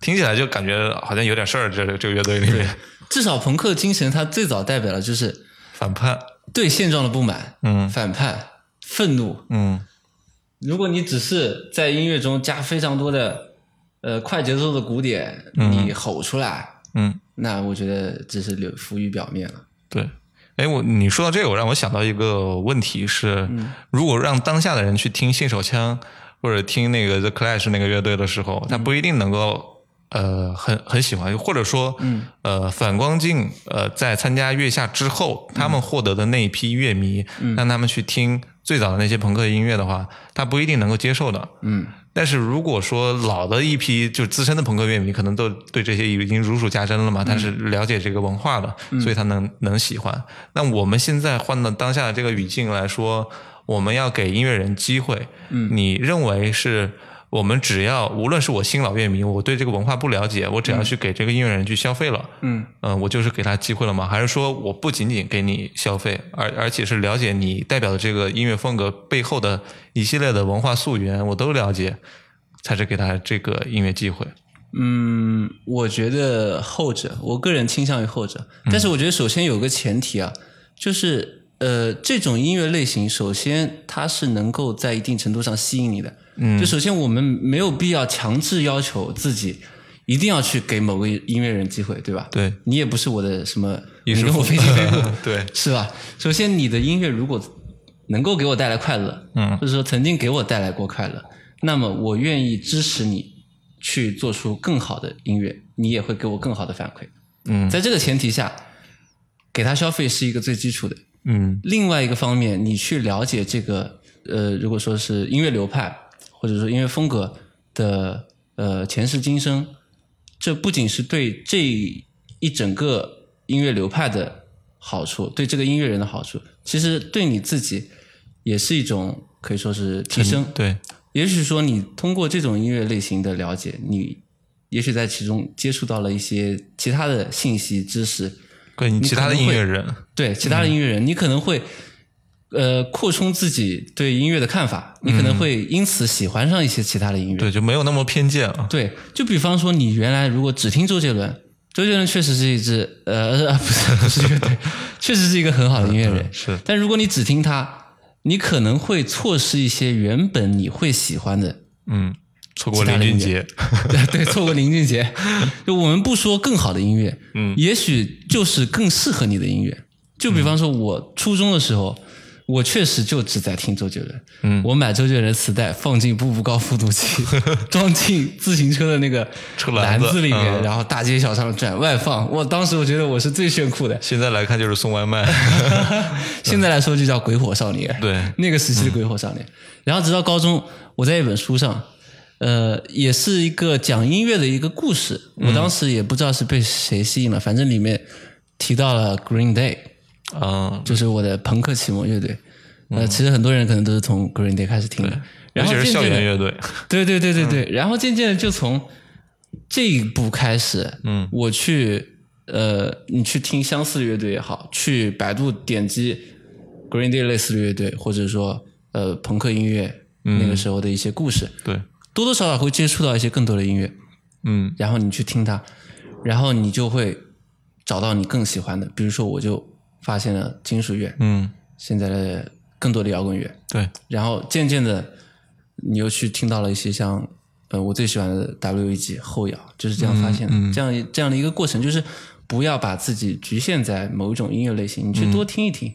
Speaker 1: 听起来就感觉好像有点事儿。这这个乐队里面
Speaker 2: 至少朋克精神，它最早代表的就是
Speaker 1: 反叛，
Speaker 2: 对现状的不满、
Speaker 1: 嗯
Speaker 2: 反叛、愤怒。
Speaker 1: 嗯
Speaker 2: 如果你只是在音乐中加非常多的呃快节奏的鼓点，你吼出来，
Speaker 1: 嗯，
Speaker 2: 那我觉得只是流浮于表面了。
Speaker 1: 对。哎，我你说到这个，我让我想到一个问题是，如果让当下的人去听信手枪或者听那个 The Clash 那个乐队的时候，他不一定能够呃很很喜欢，或者说，嗯、呃，反光镜呃在参加月下之后，他们获得的那一批乐迷，让他们去听最早的那些朋克音乐的话，他不一定能够接受的。
Speaker 2: 嗯，
Speaker 1: 但是如果说老的一批就是资深的朋克乐迷，可能都对这些已经如数家珍了嘛，他是了解这个文化的，所以他能能喜欢。那我们现在换到当下的这个语境来说，我们要给音乐人机会。嗯，你认为是我们只要无论是我新老乐迷，我对这个文化不了解，我只要去给这个音乐人去消费了，
Speaker 2: 嗯
Speaker 1: 嗯、我就是给他机会了吗？还是说我不仅仅给你消费，而而且是了解你代表的这个音乐风格背后的一系列的文化溯源，我都了解，才是给他这个音乐机会。
Speaker 2: 嗯，我觉得后者，我个人倾向于后者。但是我觉得首先有个前提啊，就是呃，这种音乐类型，首先它是能够在一定程度上吸引你的。嗯，就首先我们没有必要强制要求自己一定要去给某个音乐人机会，对吧？
Speaker 1: 对，
Speaker 2: 你也不是我的什么，
Speaker 1: 也
Speaker 2: 你
Speaker 1: 是
Speaker 2: 跟我
Speaker 1: 父
Speaker 2: 非亲非 故，
Speaker 1: 对，
Speaker 2: 是吧？首先，你的音乐如果能够给我带来快乐，
Speaker 1: 嗯
Speaker 2: 或者说曾经给我带来过快乐，那么我愿意支持你去做出更好的音乐，你也会给我更好的反馈。
Speaker 1: 嗯
Speaker 2: 在这个前提下，给他消费是一个最基础的。
Speaker 1: 嗯
Speaker 2: 另外一个方面，你去了解这个呃，如果说是音乐流派或者说音乐风格的呃前世今生，这不仅是对这一整个音乐流派的好处，对这个音乐人的好处，其实对你自己也是一种可以说是提升。
Speaker 1: 对，
Speaker 2: 也许说你通过这种音乐类型的了解，你也许在其中接触到了一些其他的信息知识，
Speaker 1: 跟其他的
Speaker 2: 可能
Speaker 1: 音
Speaker 2: 会
Speaker 1: 乐人，
Speaker 2: 对其他的音乐
Speaker 1: 嗯
Speaker 2: 人，你可能会呃扩充自己对音乐的看法，你可能会因此喜欢上一些其他的音乐。
Speaker 1: 嗯对，就没有那么偏见啊了。
Speaker 2: 对，就比方说你原来如果只听周杰伦，周杰伦确实是一支呃 不是不是乐队， 确实是一个很好的音乐人。
Speaker 1: 嗯是，
Speaker 2: 但如果你只听他，你可能会错失一些原本你会喜欢的
Speaker 1: 嗯，错过
Speaker 2: 其他
Speaker 1: 林
Speaker 2: 的
Speaker 1: 俊
Speaker 2: 音
Speaker 1: 杰，
Speaker 2: 对，错过林俊杰。就我们不说更好的音乐，嗯，也许就是更适合你的音乐。就比方说，
Speaker 1: 嗯
Speaker 2: 我初中的时候，我确实就只在听周杰伦，嗯，我买周杰伦磁带，放进步步高复读 机，装进自行车的那个
Speaker 1: 车篮
Speaker 2: 篮
Speaker 1: 子
Speaker 2: 子里面，
Speaker 1: 嗯
Speaker 2: 然后大街小巷转外放。我当时我觉得我是最炫酷的，
Speaker 1: 现在来看就是送外 卖。
Speaker 2: 现在来说就叫鬼火少年。
Speaker 1: 对
Speaker 2: 那个时期的鬼火少年。然后直到高中，我在一本书上，呃，也是一个讲音乐的一个故事。
Speaker 1: 嗯
Speaker 2: 我当时也不知道是被谁吸引了，反正里面提到了 Green Day，
Speaker 1: 嗯，
Speaker 2: 就是我的朋克启蒙乐队。呃，其实很多人可能都是从 Green Day 开始听的，
Speaker 1: 尤
Speaker 2: 然后
Speaker 1: 其
Speaker 2: 渐
Speaker 1: 是校园
Speaker 2: 渐的，
Speaker 1: 乐 队，
Speaker 2: 对对对对对，然后渐渐的就从这一步开始，嗯，我去呃，你去听相似的乐队也好，去百度点击 Green Day 类似的乐队，或者说呃朋克音乐、那个时候的一些故事，
Speaker 1: 对，
Speaker 2: 多多少少会接触到一些更多的音乐，
Speaker 1: 嗯
Speaker 2: 然后你去听它，然后你就会找到你更喜欢的，比如说我就发现了金属乐，
Speaker 1: 嗯，
Speaker 2: 现在的更多的摇滚乐，
Speaker 1: 对，
Speaker 2: 然后渐渐的，你又去听到了一些像呃我最喜欢的 WEG 后摇，就是这样发现的、
Speaker 1: 嗯
Speaker 2: 这样一这样的一个过程，就是不要把自己局限在
Speaker 1: 嗯
Speaker 2: 某一种音乐类型，你去多听一听。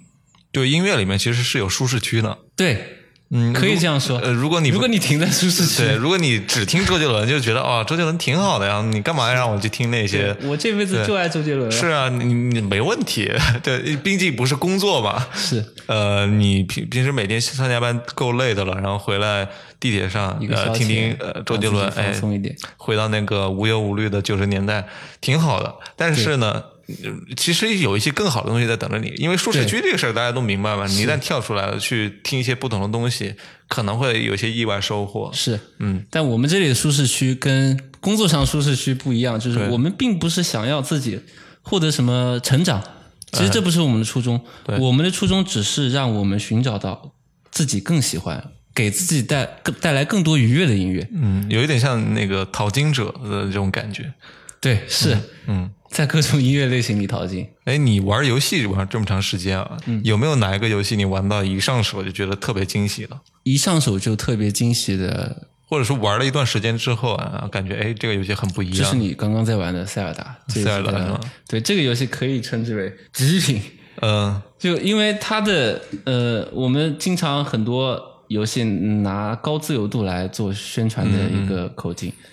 Speaker 1: 对，音乐里面其实是有舒适区的。
Speaker 2: 对，
Speaker 1: 嗯
Speaker 2: 可以这样说。
Speaker 1: 呃，如果你不
Speaker 2: 如果你停在舒适区，
Speaker 1: 对，如果你只听周杰伦，就觉得哦，周杰伦挺好的呀，你干嘛要让我去听那些？
Speaker 2: 我这辈子就爱周杰伦了。
Speaker 1: 是啊，你你没问题， 对，毕竟不是工作嘛。
Speaker 2: 是
Speaker 1: 呃，你平平时每天上下班够累的了，然后回来地铁上
Speaker 2: 一个
Speaker 1: 呃
Speaker 2: 消遣
Speaker 1: 听听呃周杰伦，
Speaker 2: 让自己
Speaker 1: 哎
Speaker 2: 放，松一点。
Speaker 1: 回到那个无忧无虑的九十年代，挺好的。但是呢，嗯其实有一些更好的东西在等着你，因为舒适区这个事儿大家都明白嘛。你一旦跳出来了，去听一些不同的东西，可能会有一些意外收获。
Speaker 2: 是，
Speaker 1: 嗯，
Speaker 2: 但我们这里的舒适区跟工作上的舒适区不一样，就是
Speaker 1: 对
Speaker 2: 我们并不是想要自己获得什么成长，其实这不是我们的初衷，
Speaker 1: 哎对
Speaker 2: 我们的初衷只是让我们寻找到自己更喜欢，给自己带更带来更多愉悦的音乐。
Speaker 1: 嗯，有一点像那个淘金者的这种感觉。
Speaker 2: 对，是，
Speaker 1: 嗯，
Speaker 2: 在各种音乐类型里淘金。
Speaker 1: 哎，你玩游戏玩这么长时间啊，
Speaker 2: 嗯
Speaker 1: 有没有哪一个游戏你玩到一上手就觉得特别惊喜了？
Speaker 2: 一上手就特别惊喜的，
Speaker 1: 或者说玩了一段时间之后啊，感觉哎这个游戏很不一样。
Speaker 2: 就是你刚刚在玩的塞尔达，这一次
Speaker 1: 塞尔达
Speaker 2: 在玩
Speaker 1: 是吗
Speaker 2: 对这个游戏可以称之为极品，
Speaker 1: 嗯
Speaker 2: 就因为它的呃，我们经常很多游戏拿高自由度来做宣传的一个口径，
Speaker 1: 嗯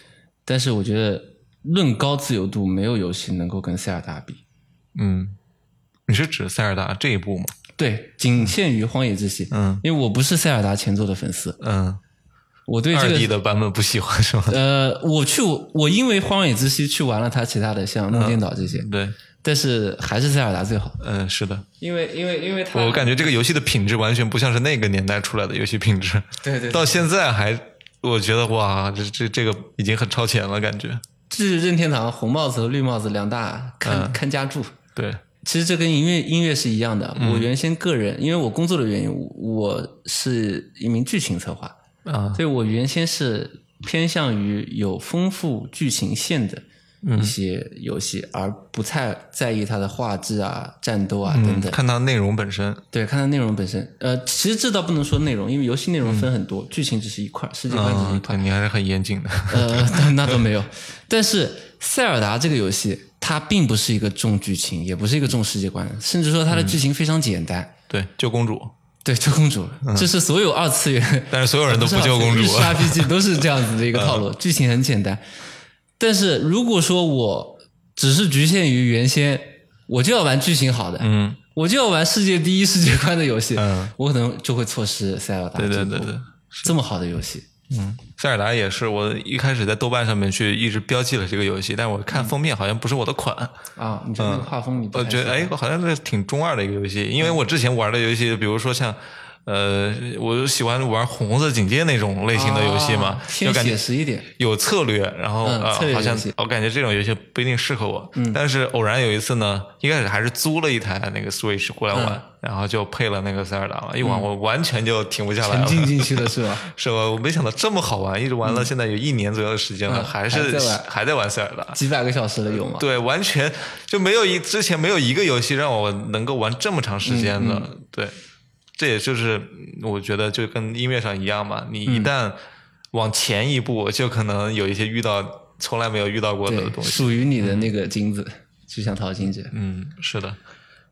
Speaker 2: 但是我觉得论高自由度，没有游戏能够跟塞尔达比。
Speaker 1: 嗯，你是指塞尔达这一部吗？
Speaker 2: 对，仅限于《荒野之息》，
Speaker 1: 嗯
Speaker 2: 因为我不是塞尔达前作的粉丝，
Speaker 1: 嗯。
Speaker 2: 我对
Speaker 1: 二
Speaker 2: 这
Speaker 1: D
Speaker 2: 个
Speaker 1: 的版本不喜欢 是吗？
Speaker 2: 呃，我去我因为《荒野之息》去玩了它其他的，像梦见岛这些，
Speaker 1: 对，
Speaker 2: 但是还是塞尔达最好，
Speaker 1: 嗯，是的，
Speaker 2: 因为因为因为它
Speaker 1: 我感觉这个游戏的品质完全不像是那个年代出来的游戏品质，
Speaker 2: 对对对
Speaker 1: 到现在还，我觉得哇，这这这个已经很超前了，感觉。
Speaker 2: 这是任天堂红帽子和绿帽子两大看、
Speaker 1: 嗯
Speaker 2: 看家柱。
Speaker 1: 对，
Speaker 2: 其实这跟音乐音乐是一样的。
Speaker 1: 嗯
Speaker 2: 我原先个人，因为我工作的原因，我我是一名剧情策划，
Speaker 1: 啊，
Speaker 2: 所以我原先是偏向于有丰富剧情线的
Speaker 1: 嗯
Speaker 2: 一些游戏，而不太在意它的画质啊、战斗啊等
Speaker 1: 嗯，
Speaker 2: 等。
Speaker 1: 看它内容本身，
Speaker 2: 对，看它内容本身。呃，其实这倒不能说内容，因为游戏内容分很多，剧情只是一块，世界观只是一
Speaker 1: 嗯，
Speaker 2: 块
Speaker 1: 对。你还是很严谨 的，
Speaker 2: 呃，那那倒没有。但是塞尔达这个游戏，它并不是一个重剧情，也不是一个重世界观，甚至说它的剧情非常简单。
Speaker 1: 对，救公主，
Speaker 2: 对，救公主，这是所有二次元
Speaker 1: 嗯但是所有人都
Speaker 2: 不
Speaker 1: 不救公主， 嗯
Speaker 2: ，RPG 都是这样子的一个套路，剧情很简单。但是如果说我只是局限于原先，我就要玩剧情好的，
Speaker 1: 嗯，
Speaker 2: 我就要玩世界第一世界观的游戏，
Speaker 1: 嗯
Speaker 2: 我可能就会错失塞尔达
Speaker 1: 对对
Speaker 2: 这部
Speaker 1: 对对。
Speaker 2: 这么好的游戏。
Speaker 1: 塞尔达也是，我一开始在豆瓣上面去一直标记了这个游戏，但我看封面好像不是我的款，
Speaker 2: 啊，你觉得那个画风你
Speaker 1: 嗯
Speaker 2: 不
Speaker 1: 我
Speaker 2: 太
Speaker 1: 觉
Speaker 2: 喜
Speaker 1: 得
Speaker 2: 欢
Speaker 1: 哎，好像是挺中二的一个游戏，因为我之前玩的游戏，比如说像。呃，我喜欢玩红色警戒那种类型的游戏嘛
Speaker 2: 啊，
Speaker 1: 就
Speaker 2: 偏
Speaker 1: 感
Speaker 2: 写
Speaker 1: 觉
Speaker 2: 实一点。
Speaker 1: 有策略，然后、
Speaker 2: 嗯
Speaker 1: 呃
Speaker 2: 策略，
Speaker 1: 好像
Speaker 2: 游戏嗯
Speaker 1: 我感觉这种游戏不一定适合我。但是偶然有一次呢，一开始还是租了一台那个 Switch 过来玩，
Speaker 2: 嗯
Speaker 1: 然后就配了那个塞尔达了，一玩我完全就停不下来
Speaker 2: 沉
Speaker 1: 了。
Speaker 2: 浸进去了是吧？
Speaker 1: 是吧？我没想到这么好玩，一直玩了现在有一年左右的时间了，
Speaker 2: 嗯
Speaker 1: 还是
Speaker 2: 还在玩
Speaker 1: 还在玩塞尔达。
Speaker 2: 几百个小时的有吗？
Speaker 1: 对，完全就没有一之前没有一个游戏让我能够玩这么长时间
Speaker 2: 嗯
Speaker 1: 的。对，这也就是嗯我觉得就跟音乐上一样嘛，你一
Speaker 2: 嗯
Speaker 1: 旦往前一步，就可能有一些遇到从来没有遇到过的东西。
Speaker 2: 属于你的那个金子，就像淘金者。
Speaker 1: 嗯，是的。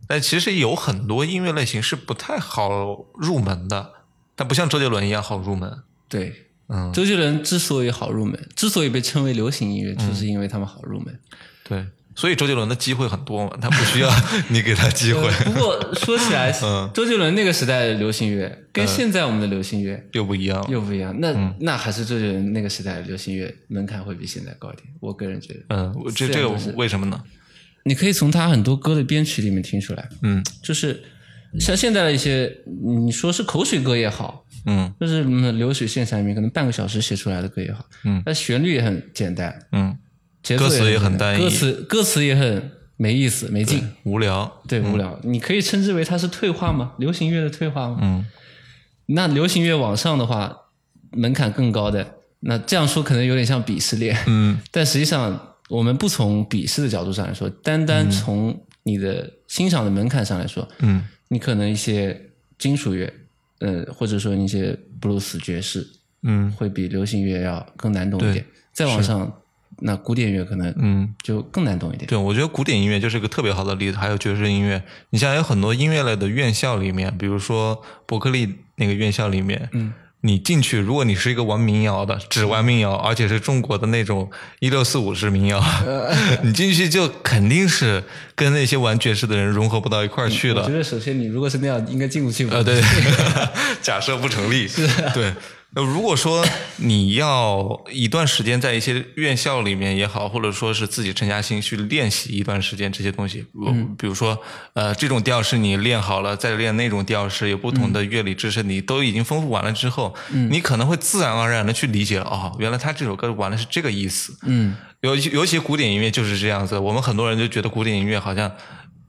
Speaker 1: 但其实有很多音乐类型是不太好入门的，但不像周杰伦一样好入门。
Speaker 2: 对，
Speaker 1: 嗯，
Speaker 2: 周杰伦之所以好入门，之所以被称为流行音乐，
Speaker 1: 嗯
Speaker 2: 就是因为他们好入门。
Speaker 1: 对。所以周杰伦的机会很多嘛，他不需要 你给他机会，
Speaker 2: 呃不过说起 来，
Speaker 1: 嗯
Speaker 2: 周杰伦那个时代的流行乐跟现在我们的流行乐
Speaker 1: 又不一样了。
Speaker 2: 又不一样，那
Speaker 1: 嗯
Speaker 2: 那还是周杰伦那个时代的流行乐门槛会比现在高一点。我个人觉得，
Speaker 1: 嗯，我这这
Speaker 2: 虽
Speaker 1: 个
Speaker 2: 然不是
Speaker 1: 为什么呢？
Speaker 2: 你可以从他很多歌的编曲里面听出来，
Speaker 1: 嗯
Speaker 2: 就是像现在的一些，你说是口水歌也好，
Speaker 1: 嗯
Speaker 2: 就是什么流水线上面可能半个小时写出来的歌也好，
Speaker 1: 嗯，
Speaker 2: 那旋律也很简单，
Speaker 1: 嗯，
Speaker 2: 节奏
Speaker 1: 歌词也
Speaker 2: 很
Speaker 1: 很
Speaker 2: 简单
Speaker 1: 单一
Speaker 2: 歌词歌词也很没意思没劲，
Speaker 1: 无聊。
Speaker 2: 对，无聊。你可以称之为它是退化吗？流行乐的退化吗？
Speaker 1: 嗯，
Speaker 2: 那流行乐往上的话，门槛更高的，那这样说可能有点像鄙视链，
Speaker 1: 嗯，
Speaker 2: 但实际上我们不从鄙视的角度上来说，单单从你的欣赏的门槛上来说，
Speaker 1: 嗯，
Speaker 2: 你可能一些金属乐，呃，或者说一些布鲁斯爵士，
Speaker 1: 嗯
Speaker 2: 会比流行乐要更难懂一
Speaker 1: 对。
Speaker 2: 点再往上，那古典乐可能
Speaker 1: 嗯，
Speaker 2: 就更难懂一点。
Speaker 1: 对，我觉得古典音乐就是个特别好的例子，还有爵士音乐。你像有很多音乐类的院校里面，比如说伯克利那个院校里面，
Speaker 2: 嗯，
Speaker 1: 你进去，如果你是一个玩民谣的，只玩民谣，而且是中国的那种一六四五式民谣，你进去就肯定是跟那些玩爵士的人融合不到一块儿去
Speaker 2: 我
Speaker 1: 的
Speaker 2: 觉。得首先你如果是那样，应该进不去吧？
Speaker 1: 呃，对， 啊假设不成立，对。那如果说你要一段时间在一些院校里面也好，或者说是自己沉下心去练习一段时间这些东西，嗯、比如说呃这种调式你练好了，再练那种调式，有不同的乐理知识，你都已经丰富完了之后，你可能会自然而然的去理解哦，原来他这首歌玩的是这个意思。
Speaker 2: 嗯，
Speaker 1: 尤其尤其古典音乐就是这样子，我们很多人就觉得古典音乐好像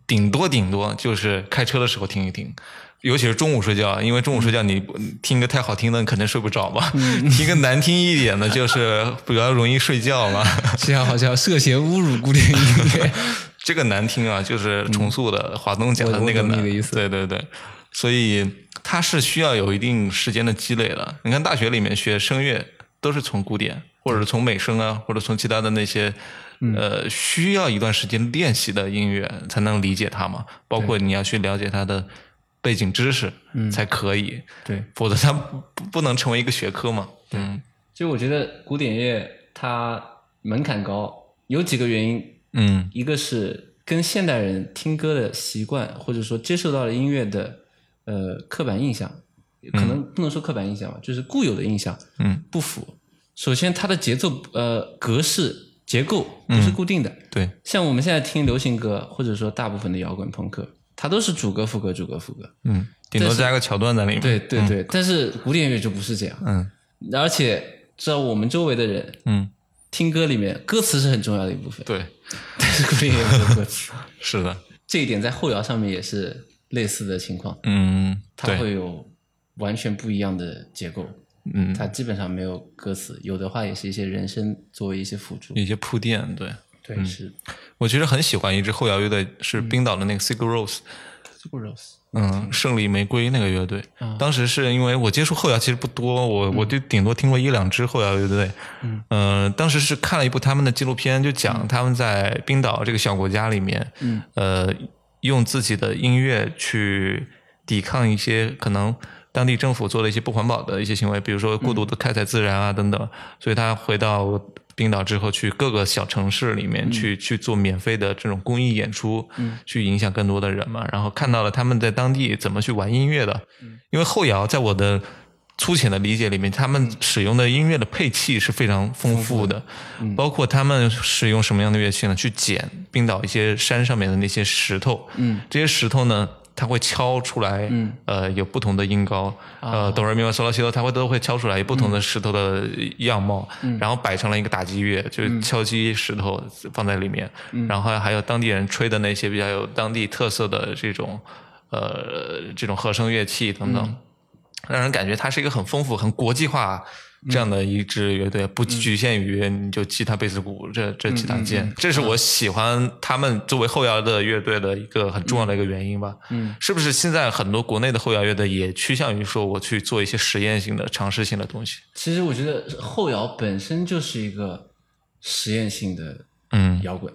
Speaker 1: 顶多顶多就是开车的时候听一听。尤其是中午睡觉，啊因为中午睡觉你不听个太好听的，你肯定睡不着嘛。 听个难听一点的，就是比较容易睡觉嘛。
Speaker 2: 这样好像涉嫌侮辱古典音乐。
Speaker 1: 这个难听啊，就是重塑的华东讲的
Speaker 2: 我
Speaker 1: 那个
Speaker 2: 我懂
Speaker 1: 难。
Speaker 2: 你的意思
Speaker 1: 对对对，所以它是需要有一定时间的积累的。你看大学里面学声乐，都是从古典，或者是从美声啊，或者从其他的那些。呃，需要一段时间练习的音乐才能理解它嘛，包括你要去了解它的背景知识，才可以，
Speaker 2: 对，
Speaker 1: 否则它不不能成为一个学科嘛。嗯
Speaker 2: 就我觉得古典乐它门槛高，有几个原因，
Speaker 1: 嗯
Speaker 2: 一个是跟现代人听歌的习惯，或者说接受到的音乐的呃刻板印象，可能不能说刻板印象吧，就是固有的印象
Speaker 1: 嗯，
Speaker 2: 不符。首先，它的节奏呃格式结构不是固定的，
Speaker 1: 对，
Speaker 2: 像我们现在听流行歌，或者说大部分的摇滚朋克，它都是主歌副歌主歌副歌。
Speaker 1: 嗯，顶多
Speaker 2: 但是
Speaker 1: 加个桥段在里面。
Speaker 2: 对对对，但是古典乐就不是这样，
Speaker 1: 嗯
Speaker 2: 而且知道我们周围的人
Speaker 1: 嗯，
Speaker 2: 听歌里面歌词是很重要的一部分，
Speaker 1: 对，
Speaker 2: 但是古典乐没有歌词。
Speaker 1: 是的。
Speaker 2: 这一点在后摇上面也是类似的情况，
Speaker 1: 嗯，
Speaker 2: 它
Speaker 1: 对，
Speaker 2: 会有完全不一样的结构，
Speaker 1: 嗯，
Speaker 2: 它基本上没有歌词，有的话也是一些人声作为一些辅助。
Speaker 1: 有一些铺垫。对
Speaker 2: 对，是
Speaker 1: 我其实很喜欢一支后摇乐队，是冰岛的那个 Sigur Rós，
Speaker 2: 这个 Rose
Speaker 1: 嗯，胜利玫瑰那个乐队
Speaker 2: 啊。
Speaker 1: 当时是因为我接触后摇其实不多，我我就顶多听过一两支后摇乐队。嗯，呃，当时是看了一部他们的纪录片，就讲他们在冰岛这个小国家里面，
Speaker 2: 嗯，
Speaker 1: 呃，用自己的音乐去抵抗一些可能。当地政府做了一些不环保的一些行为，比如说过度的开采自然啊等等，所以他回到冰岛之后，去各个小城市里面去、去做免费的这种公益演出，去影响更多的人嘛。然后看到了他们在当地怎么去玩音乐的，因为后摇在我的粗浅的理解里面，他们使用的音乐的配器是非常丰富的，嗯包括他们使用什么样的乐器呢？去捡冰岛一些山上面的那些石头，
Speaker 2: 嗯，
Speaker 1: 这些石头呢，它会敲出来，
Speaker 2: 嗯，
Speaker 1: 呃，有不同的音高，呃，哆来咪发嗦拉西哆，它会都会敲出来有不同的石头的样貌，然后摆成了一个打击乐，就是敲击石头放在里面，然后还有当地人吹的那些比较有当地特色的这种，呃，这种和声乐器等等。让人感觉它是一个很丰富、很国际化这样的一支乐队，不局限于你就吉他、贝斯、鼓这这几大件。这是我喜欢他们作为后摇的乐队的一个很重要的一个原因吧。
Speaker 2: 嗯，
Speaker 1: 是不是现在很多国内的后摇乐队也趋向于说我去做一些实验性的、尝试性的东西？
Speaker 2: 其实我觉得后摇本身就是一个实验性的
Speaker 1: 嗯
Speaker 2: 摇滚，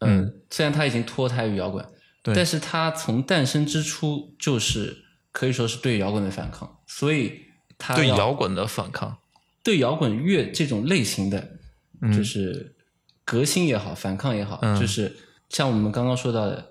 Speaker 2: 嗯，虽然它已经脱胎于摇滚，
Speaker 1: 对
Speaker 2: 但是它从诞生之初就是可以说是对摇滚的反抗，所以它
Speaker 1: 对
Speaker 2: 要
Speaker 1: 摇滚的反抗。
Speaker 2: 对摇滚乐这种类型的，就是革新也好，反抗也好，
Speaker 1: 嗯
Speaker 2: 就是像我们刚刚说到的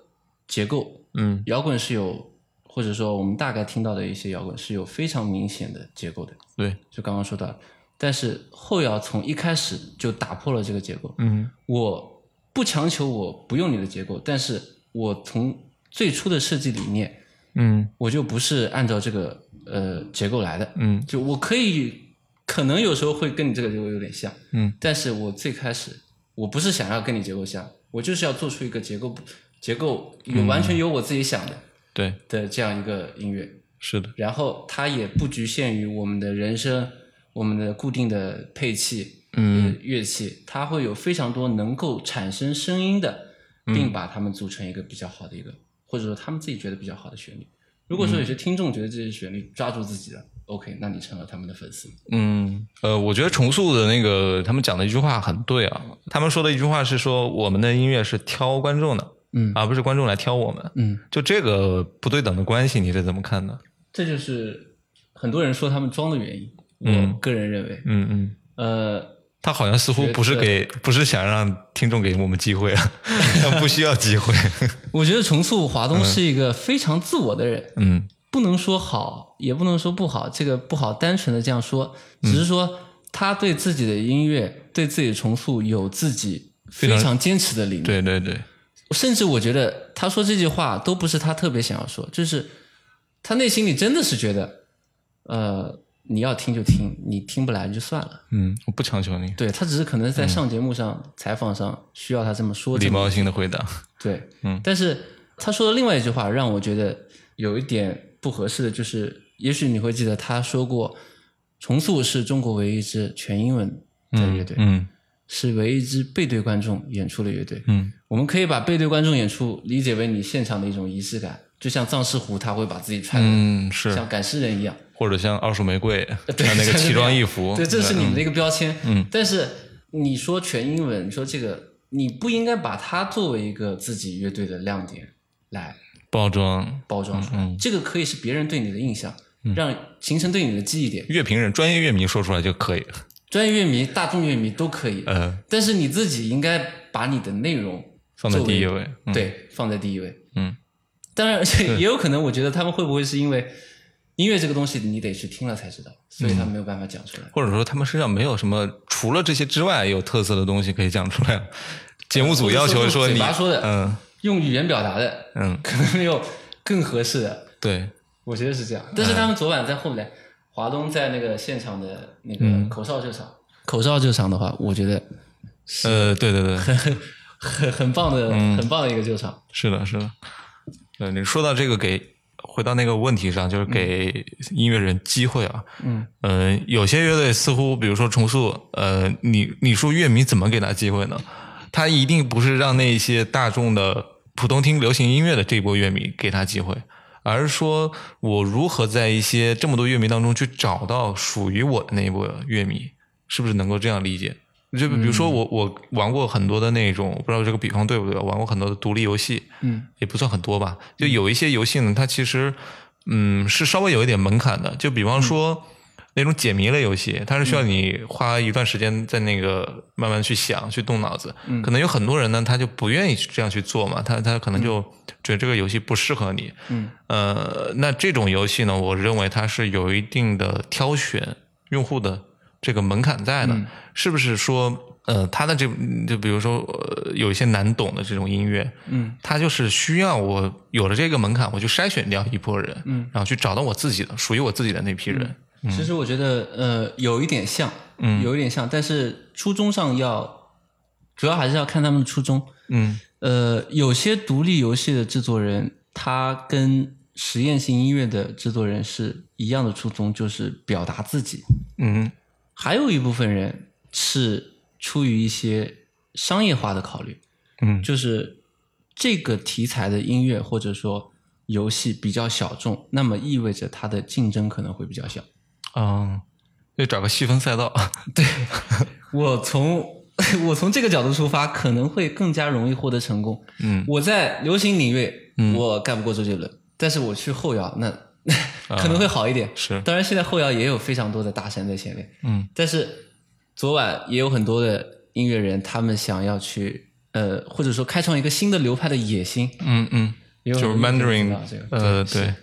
Speaker 2: 结构，
Speaker 1: 嗯
Speaker 2: 摇滚是有，或者说我们大概听到的一些摇滚是有非常明显的结构的，
Speaker 1: 对，
Speaker 2: 就刚刚说到的。但是后摇从一开始就打破了这个结构，
Speaker 1: 嗯
Speaker 2: 我不强求我不用你的结构，但是我从最初的设计理念，
Speaker 1: 嗯
Speaker 2: 我就不是按照这个呃结构来的，
Speaker 1: 嗯
Speaker 2: 就我可以，可能有时候会跟你这个结构有点像，
Speaker 1: 嗯，
Speaker 2: 但是我最开始我不是想要跟你结构像，我就是要做出一个结构不结构有完全有我自己想的、
Speaker 1: 对，
Speaker 2: 的这样一个音乐，
Speaker 1: 是的，
Speaker 2: 然后它也不局限于我们的人声，我们的固定的配器，
Speaker 1: 嗯
Speaker 2: 呃，乐器，它会有非常多能够产生声音的，并把它们组成一个比较好的一个，或者说他们自己觉得比较好的旋律。如果说有些听众觉得这些旋律抓住自己了、o k 那你成了他们的粉丝。
Speaker 1: 嗯，呃，我觉得重塑的那个他们讲的一句话很对啊。他们说的一句话是说，我们的音乐是挑观众的，
Speaker 2: 嗯
Speaker 1: 而不是观众来挑我们。
Speaker 2: 嗯，
Speaker 1: 就这个不对等的关系，你是怎么看的？
Speaker 2: 这就是很多人说他们装的原因，
Speaker 1: 嗯
Speaker 2: 我个人认为，
Speaker 1: 嗯嗯，
Speaker 2: 呃，
Speaker 1: 他好像似乎不是给，不是想让听众给我们机会啊， 他不需要机会。
Speaker 2: 我觉得重塑华东是一个非常自我的人，
Speaker 1: 嗯
Speaker 2: 不能说好，也不能说不好，这个不好单纯的这样说，
Speaker 1: 嗯
Speaker 2: 只是说他对自己的音乐、对自己的重塑有自己非
Speaker 1: 常
Speaker 2: 常坚持的理念。，
Speaker 1: 对对对，
Speaker 2: 甚至我觉得他说这句话都不是他特别想要说，就是他内心里真的是觉得，呃，你要听就听，你听不来就算了。
Speaker 1: 嗯，我不强求你，
Speaker 2: 对他只是可能在上节目上、采访上需要他这么说，
Speaker 1: 嗯礼貌性的回答。
Speaker 2: 对，
Speaker 1: 嗯
Speaker 2: 但是他说的另外一句话让我觉得有一点不合适的，就是也许你会记得他说过，重塑是中国唯一一支全英文的乐队，
Speaker 1: 嗯
Speaker 2: 是唯一一支背对观众演出的乐队。
Speaker 1: 嗯
Speaker 2: 我们可以把背对观众演出理解为你现场的一种仪式感，就像藏式虎他会把自己穿的
Speaker 1: 嗯，是，
Speaker 2: 像赶尸人一样。
Speaker 1: 或者像二束玫瑰
Speaker 2: 对
Speaker 1: 穿那 个
Speaker 2: 就是
Speaker 1: 奇装
Speaker 2: 这样
Speaker 1: 异服，
Speaker 2: 对，这是你们的一个标签。
Speaker 1: 嗯，
Speaker 2: 但是你说全英文，你说这个，你不应该把它作为一个自己乐队的亮点来
Speaker 1: 嗯包装
Speaker 2: 包装出来。这个可以是别人对你的印象，让形成对你的记忆点。
Speaker 1: 乐评人、专业乐迷说出来就可以了。
Speaker 2: 专业乐迷、大众乐迷都可以，
Speaker 1: 呃，
Speaker 2: 但是你自己应该把你的内容
Speaker 1: 放在
Speaker 2: 作为
Speaker 1: 第一位。嗯，
Speaker 2: 对，放在第一位。
Speaker 1: 嗯，
Speaker 2: 当然，而 且也有可能，我觉得他们会不会是因为音乐这个东西，你得去听了才知道，所以他没有办法讲出来。
Speaker 1: 或者说他们身上没有什么除了这些之外有特色的东西可以讲出来。节目组要求
Speaker 2: 或者说
Speaker 1: 你
Speaker 2: 嘴巴说的
Speaker 1: 嗯
Speaker 2: 用语言表达的，
Speaker 1: 嗯，
Speaker 2: 可能没有更合适的，
Speaker 1: 对，
Speaker 2: 我觉得是这样。但是他们昨晚在后面，华东在那个现场的那个口哨救场，口哨救场的话，我觉得
Speaker 1: 呃，对 对对，
Speaker 2: 很很很棒的、很棒的一个救场。
Speaker 1: 是的，是的。对，你说到这个给。回到那个问题上，就是给音乐人机会啊。
Speaker 2: 嗯，
Speaker 1: 呃，有些乐队似乎，比如说重塑，呃，你你说乐迷怎么给他机会呢？他一定不是让那些大众的普通听流行音乐的这一波乐迷给他机会，而是说我如何在一些这么多乐迷当中去找到属于我的那一波乐迷，是不是能够这样理解？就比如说我、我玩过很多的那种，我不知道这个比方对不对，玩过很多的独立游戏，
Speaker 2: 嗯，
Speaker 1: 也不算很多吧。就有一些游戏呢，它其实嗯是稍微有一点门槛的，就比方说。那种解谜类游戏，它是需要你花一段时间在那个慢慢去想、去动脑子。可能有很多人呢，他就不愿意去这样去做嘛，他他可能就觉得这个游戏不适合你。
Speaker 2: 嗯，
Speaker 1: 呃，那这种游戏呢，我认为它是有一定的挑选用户的这个门槛在的，是不是说？呃，它的这就比如说，呃，有一些难懂的这种音乐，
Speaker 2: 嗯，
Speaker 1: 它就是需要我有了这个门槛，我去筛选掉一波人，嗯，然后去找到我自己的属于我自己的那批人，
Speaker 2: 其实我觉得呃有一点像，嗯，有一点像，但是初衷上要主要还是要看他们的初衷。
Speaker 1: 嗯
Speaker 2: 呃，有些独立游戏的制作人，他跟实验性音乐的制作人是一样的初衷，就是表达自己。
Speaker 1: 嗯
Speaker 2: 还有一部分人是出于一些商业化的考虑，
Speaker 1: 嗯
Speaker 2: 就是这个题材的音乐或者说游戏比较小众，那么意味着它的竞争可能会比较小。
Speaker 1: 嗯，得找个细分赛道，
Speaker 2: 我从 我从这个角度出发，可能会更加容易获得成功。
Speaker 1: 嗯
Speaker 2: 我在流行领域，我干不过周杰伦，但是我去后摇，那
Speaker 1: 啊
Speaker 2: 可能会好一点。
Speaker 1: 嗯是
Speaker 2: 当然，现在后摇也有非常多的大神在前面，
Speaker 1: 嗯
Speaker 2: 但是昨晚也有很多的音乐人，他们想要去呃，或者说开创一个新的流派的野心，
Speaker 1: 嗯嗯，
Speaker 2: 也有
Speaker 1: 就是
Speaker 2: 很多人
Speaker 1: Mandarin，
Speaker 2: 知道这个
Speaker 1: 呃，
Speaker 2: 是
Speaker 1: 对，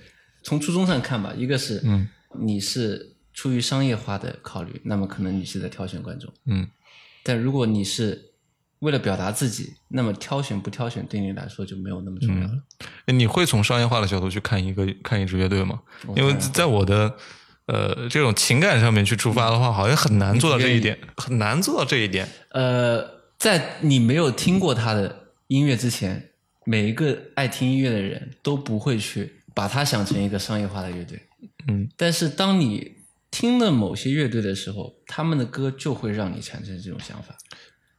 Speaker 2: 从初衷上看吧，一个是
Speaker 1: 嗯
Speaker 2: 你是出于商业化的考虑，那么可能你是在挑选观众。
Speaker 1: 嗯
Speaker 2: 但如果你是为了表达自己，那么挑选不挑选对你来说就没有那么重要了。
Speaker 1: 你会从商业化的角度去看一个看一支乐队吗？
Speaker 2: 我
Speaker 1: 嗯因为
Speaker 2: 当然
Speaker 1: 在我的呃这种情感上面去出发的话，好像很难做到这一点，
Speaker 2: 嗯
Speaker 1: 很难做到这一点。
Speaker 2: 呃，在你没有听过他的音乐之前，每一个爱听音乐的人都不会去把它想成一个商业化的乐队。
Speaker 1: 嗯，
Speaker 2: 但是当你听了某些乐队的时候，他们的歌就会让你产生这种想法。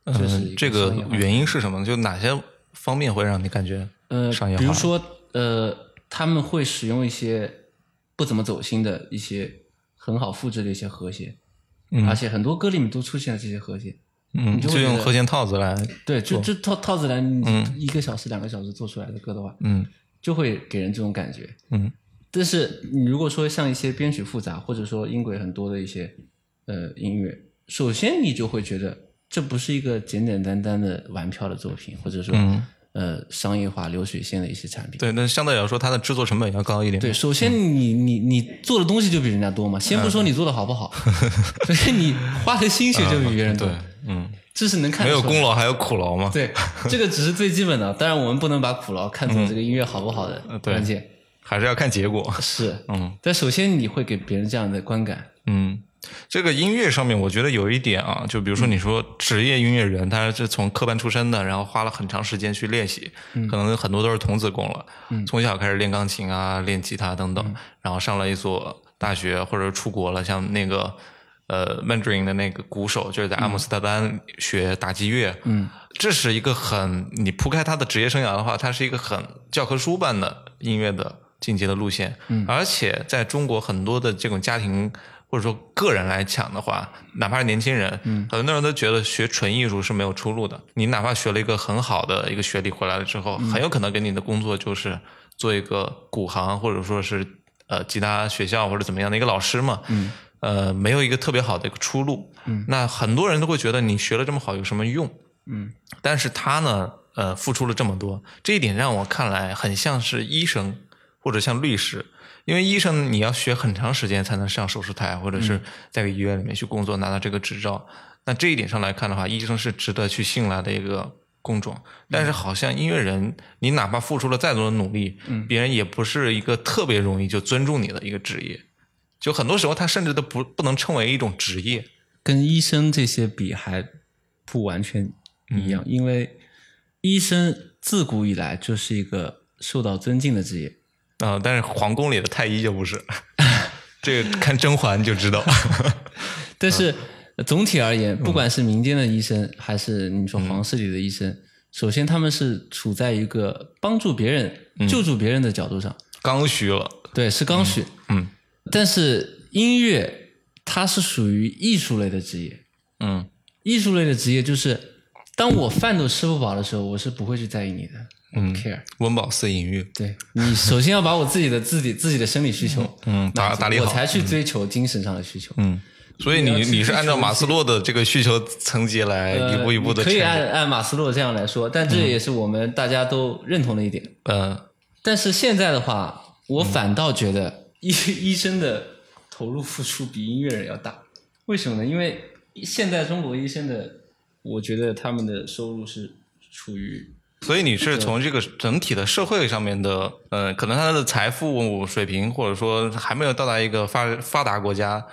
Speaker 2: 这是一
Speaker 1: 嗯，这
Speaker 2: 个
Speaker 1: 个
Speaker 2: 商业化
Speaker 1: 原因是什么呢？就哪些方面会让你感觉
Speaker 2: 呃
Speaker 1: 商业，化？
Speaker 2: 比如说呃，他们会使用一些不怎么走心的一些很好复制的一些和谐，
Speaker 1: 嗯
Speaker 2: 而且很多歌里面都出现了这些和谐。
Speaker 1: 嗯，
Speaker 2: 你就会
Speaker 1: 就用
Speaker 2: 觉得
Speaker 1: 和弦套子来，
Speaker 2: 对，就就套套子来，你一个小时、两个小时做出来的歌的话，
Speaker 1: 嗯
Speaker 2: 就会给人这种感觉。
Speaker 1: 嗯
Speaker 2: 但是你如果说像一些编曲复杂或者说音轨很多的一些呃音乐，首先你就会觉得这不是一个简简单单的玩票的作品，或者说、
Speaker 1: 嗯
Speaker 2: 呃商业化流水线的一些产品。
Speaker 1: 对，那相对来说，它的制作成本要高一点。
Speaker 2: 对，首先
Speaker 1: 嗯
Speaker 2: 你你你做的东西就比人家多嘛，先不说你做的好不好， 首先你花的心血就比别人多
Speaker 1: 对，，嗯，
Speaker 2: 这是能看
Speaker 1: 没
Speaker 2: 得
Speaker 1: 有
Speaker 2: 出来
Speaker 1: 功劳还有苦劳嘛。
Speaker 2: 对，这个只是最基本的，当然我们不能把苦劳看成这个音乐好不好的
Speaker 1: 嗯呃对
Speaker 2: 关键、
Speaker 1: 还是要看结果。
Speaker 2: 是，
Speaker 1: 嗯
Speaker 2: 但首先你会给别人这样的观感，
Speaker 1: 嗯，这个音乐上面，我觉得有一点啊，就比如说你说职业音乐人，他是从科班出身的，然后花了很长时间去练习，可能很多都是童子功了，从小开始练钢琴啊、练吉他等等，然后上了一所大学或者出国了，像那个呃 Mandarin 的那个鼓手，就是在阿姆斯特丹学打击乐，
Speaker 2: 嗯，
Speaker 1: 这是一个很你铺开他的职业生涯的话，他是一个很教科书般的音乐的进阶的路线，嗯，而且在中国很多的这种家庭或者说个人来讲的话，哪怕是年轻人，嗯，很多人都觉得学纯艺术是没有出路的。你哪怕学了一个很好的一个学历回来了之后，很有可能给你的工作就是做一个鼓行或者说是呃吉他学校或者怎么样的一个老师嘛，嗯，呃，没有一个特别好的一个出路，嗯，那很多人都会觉得你学了这么好有什么用？但是他呢，呃，付出了这么多，这一点让我看来很像是医生或者像律师，因为医生你要学很长时间才能上手术台，或者是在个医院里面去工作，拿到这个执照。那这一点上来看的话，医生是值得去信赖的一个工种。但是好像音乐人，你哪怕付出了再多的努力，别人也不是一个特别容易就尊重你的一个职业。就很多时候，他甚至都不不能称为一种职业。
Speaker 2: 跟医生这些比还不完全一
Speaker 1: 嗯
Speaker 2: 样，因为医生自古以来就是一个受到尊敬的职业，
Speaker 1: 啊、但是皇宫里的太医就不是， 这个看甄嬛就知道。
Speaker 2: 但是
Speaker 1: 嗯
Speaker 2: 呃总体而言，不管是民间的医生，还是你
Speaker 1: 嗯
Speaker 2: 说皇室里的医生，首先他们是处在一个帮助别人、
Speaker 1: 嗯
Speaker 2: 救助别人的角度上，
Speaker 1: 刚需了，
Speaker 2: 对，是刚需。
Speaker 1: 嗯
Speaker 2: 但是音乐它是属于艺术类的职业，
Speaker 1: 嗯
Speaker 2: 艺术类的职业就是，当我饭都吃不饱的时候，我是不会去在意你的，我
Speaker 1: 嗯
Speaker 2: 不 care。
Speaker 1: 温饱思淫欲，
Speaker 2: 对你首先要把我自己的自己自己的生理需求，
Speaker 1: 嗯打
Speaker 2: 满足
Speaker 1: 打理好
Speaker 2: 我才去追求精神上的需求。
Speaker 1: 嗯，所以你
Speaker 2: 你要去
Speaker 1: 你是按照马斯洛的这个需求层级来
Speaker 2: 呃
Speaker 1: 一步一步的
Speaker 2: 你可以
Speaker 1: 产
Speaker 2: 按按马斯洛这样来说，但这也是我们大家都认同的一点。
Speaker 1: 呃
Speaker 2: 但是现在的话，我反倒觉得嗯医、 医生的投入付出比音乐人要大，为什么呢？因为现在中国医生的，我觉得他们的收入是处于
Speaker 1: 所以你是从这个整体的社会上面的，呃，可能他的财富水平，或者说还没有到达一个发发达国家，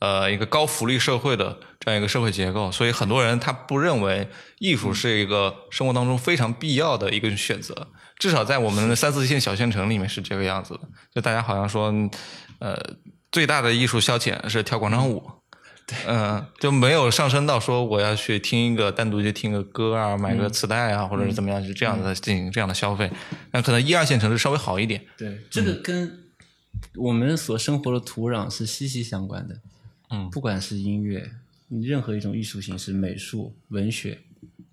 Speaker 1: 呃，一个高福利社会的这样一个社会结构，所以很多人他不认为艺术是一个生活当中非常必要的一个选择，至少在我们的三四线小县城里面是这个样子的，就大家好像说，呃，最大的艺术消遣是跳广场舞。嗯，就没有上升到说我要去听一个单独去听个歌啊，买个磁带啊，或者是怎么样，就这样的进行这样的消费。那可能一二线城市稍微好一点。
Speaker 2: 对，这个跟我们所生活的土壤是息息相关的。
Speaker 1: 嗯
Speaker 2: 不管是音乐，你任何一种艺术形式，美术、文学，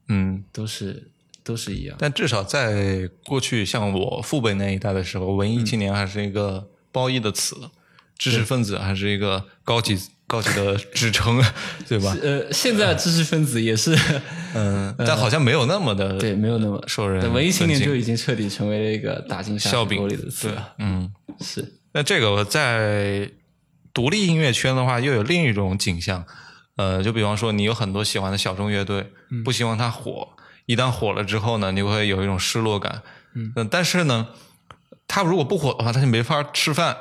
Speaker 1: 嗯，
Speaker 2: 都是都是一样。
Speaker 1: 但至少在过去，像我父辈那一代的时候，文艺青年还是一个褒义的词，知识分子还是一个高级高级的职称，对吧？
Speaker 2: 呃，现在的知识分子也是，
Speaker 1: 嗯，但好像没有那么的
Speaker 2: 对，没有那么
Speaker 1: 受人
Speaker 2: 对文艺青年
Speaker 1: 尊敬
Speaker 2: 就已经彻底成为了一个打进
Speaker 1: 笑
Speaker 2: 砂
Speaker 1: 柄
Speaker 2: 锅里的词
Speaker 1: 对
Speaker 2: 了。，
Speaker 1: 嗯。
Speaker 2: 是，
Speaker 1: 那这个在独立音乐圈的话，又有另一种景象，呃，就比方说你有很多喜欢的小众乐队，不希望它火，一旦火了之后呢，你会有一种失落感。嗯，但是呢，它如果不火的话，它就没法吃饭。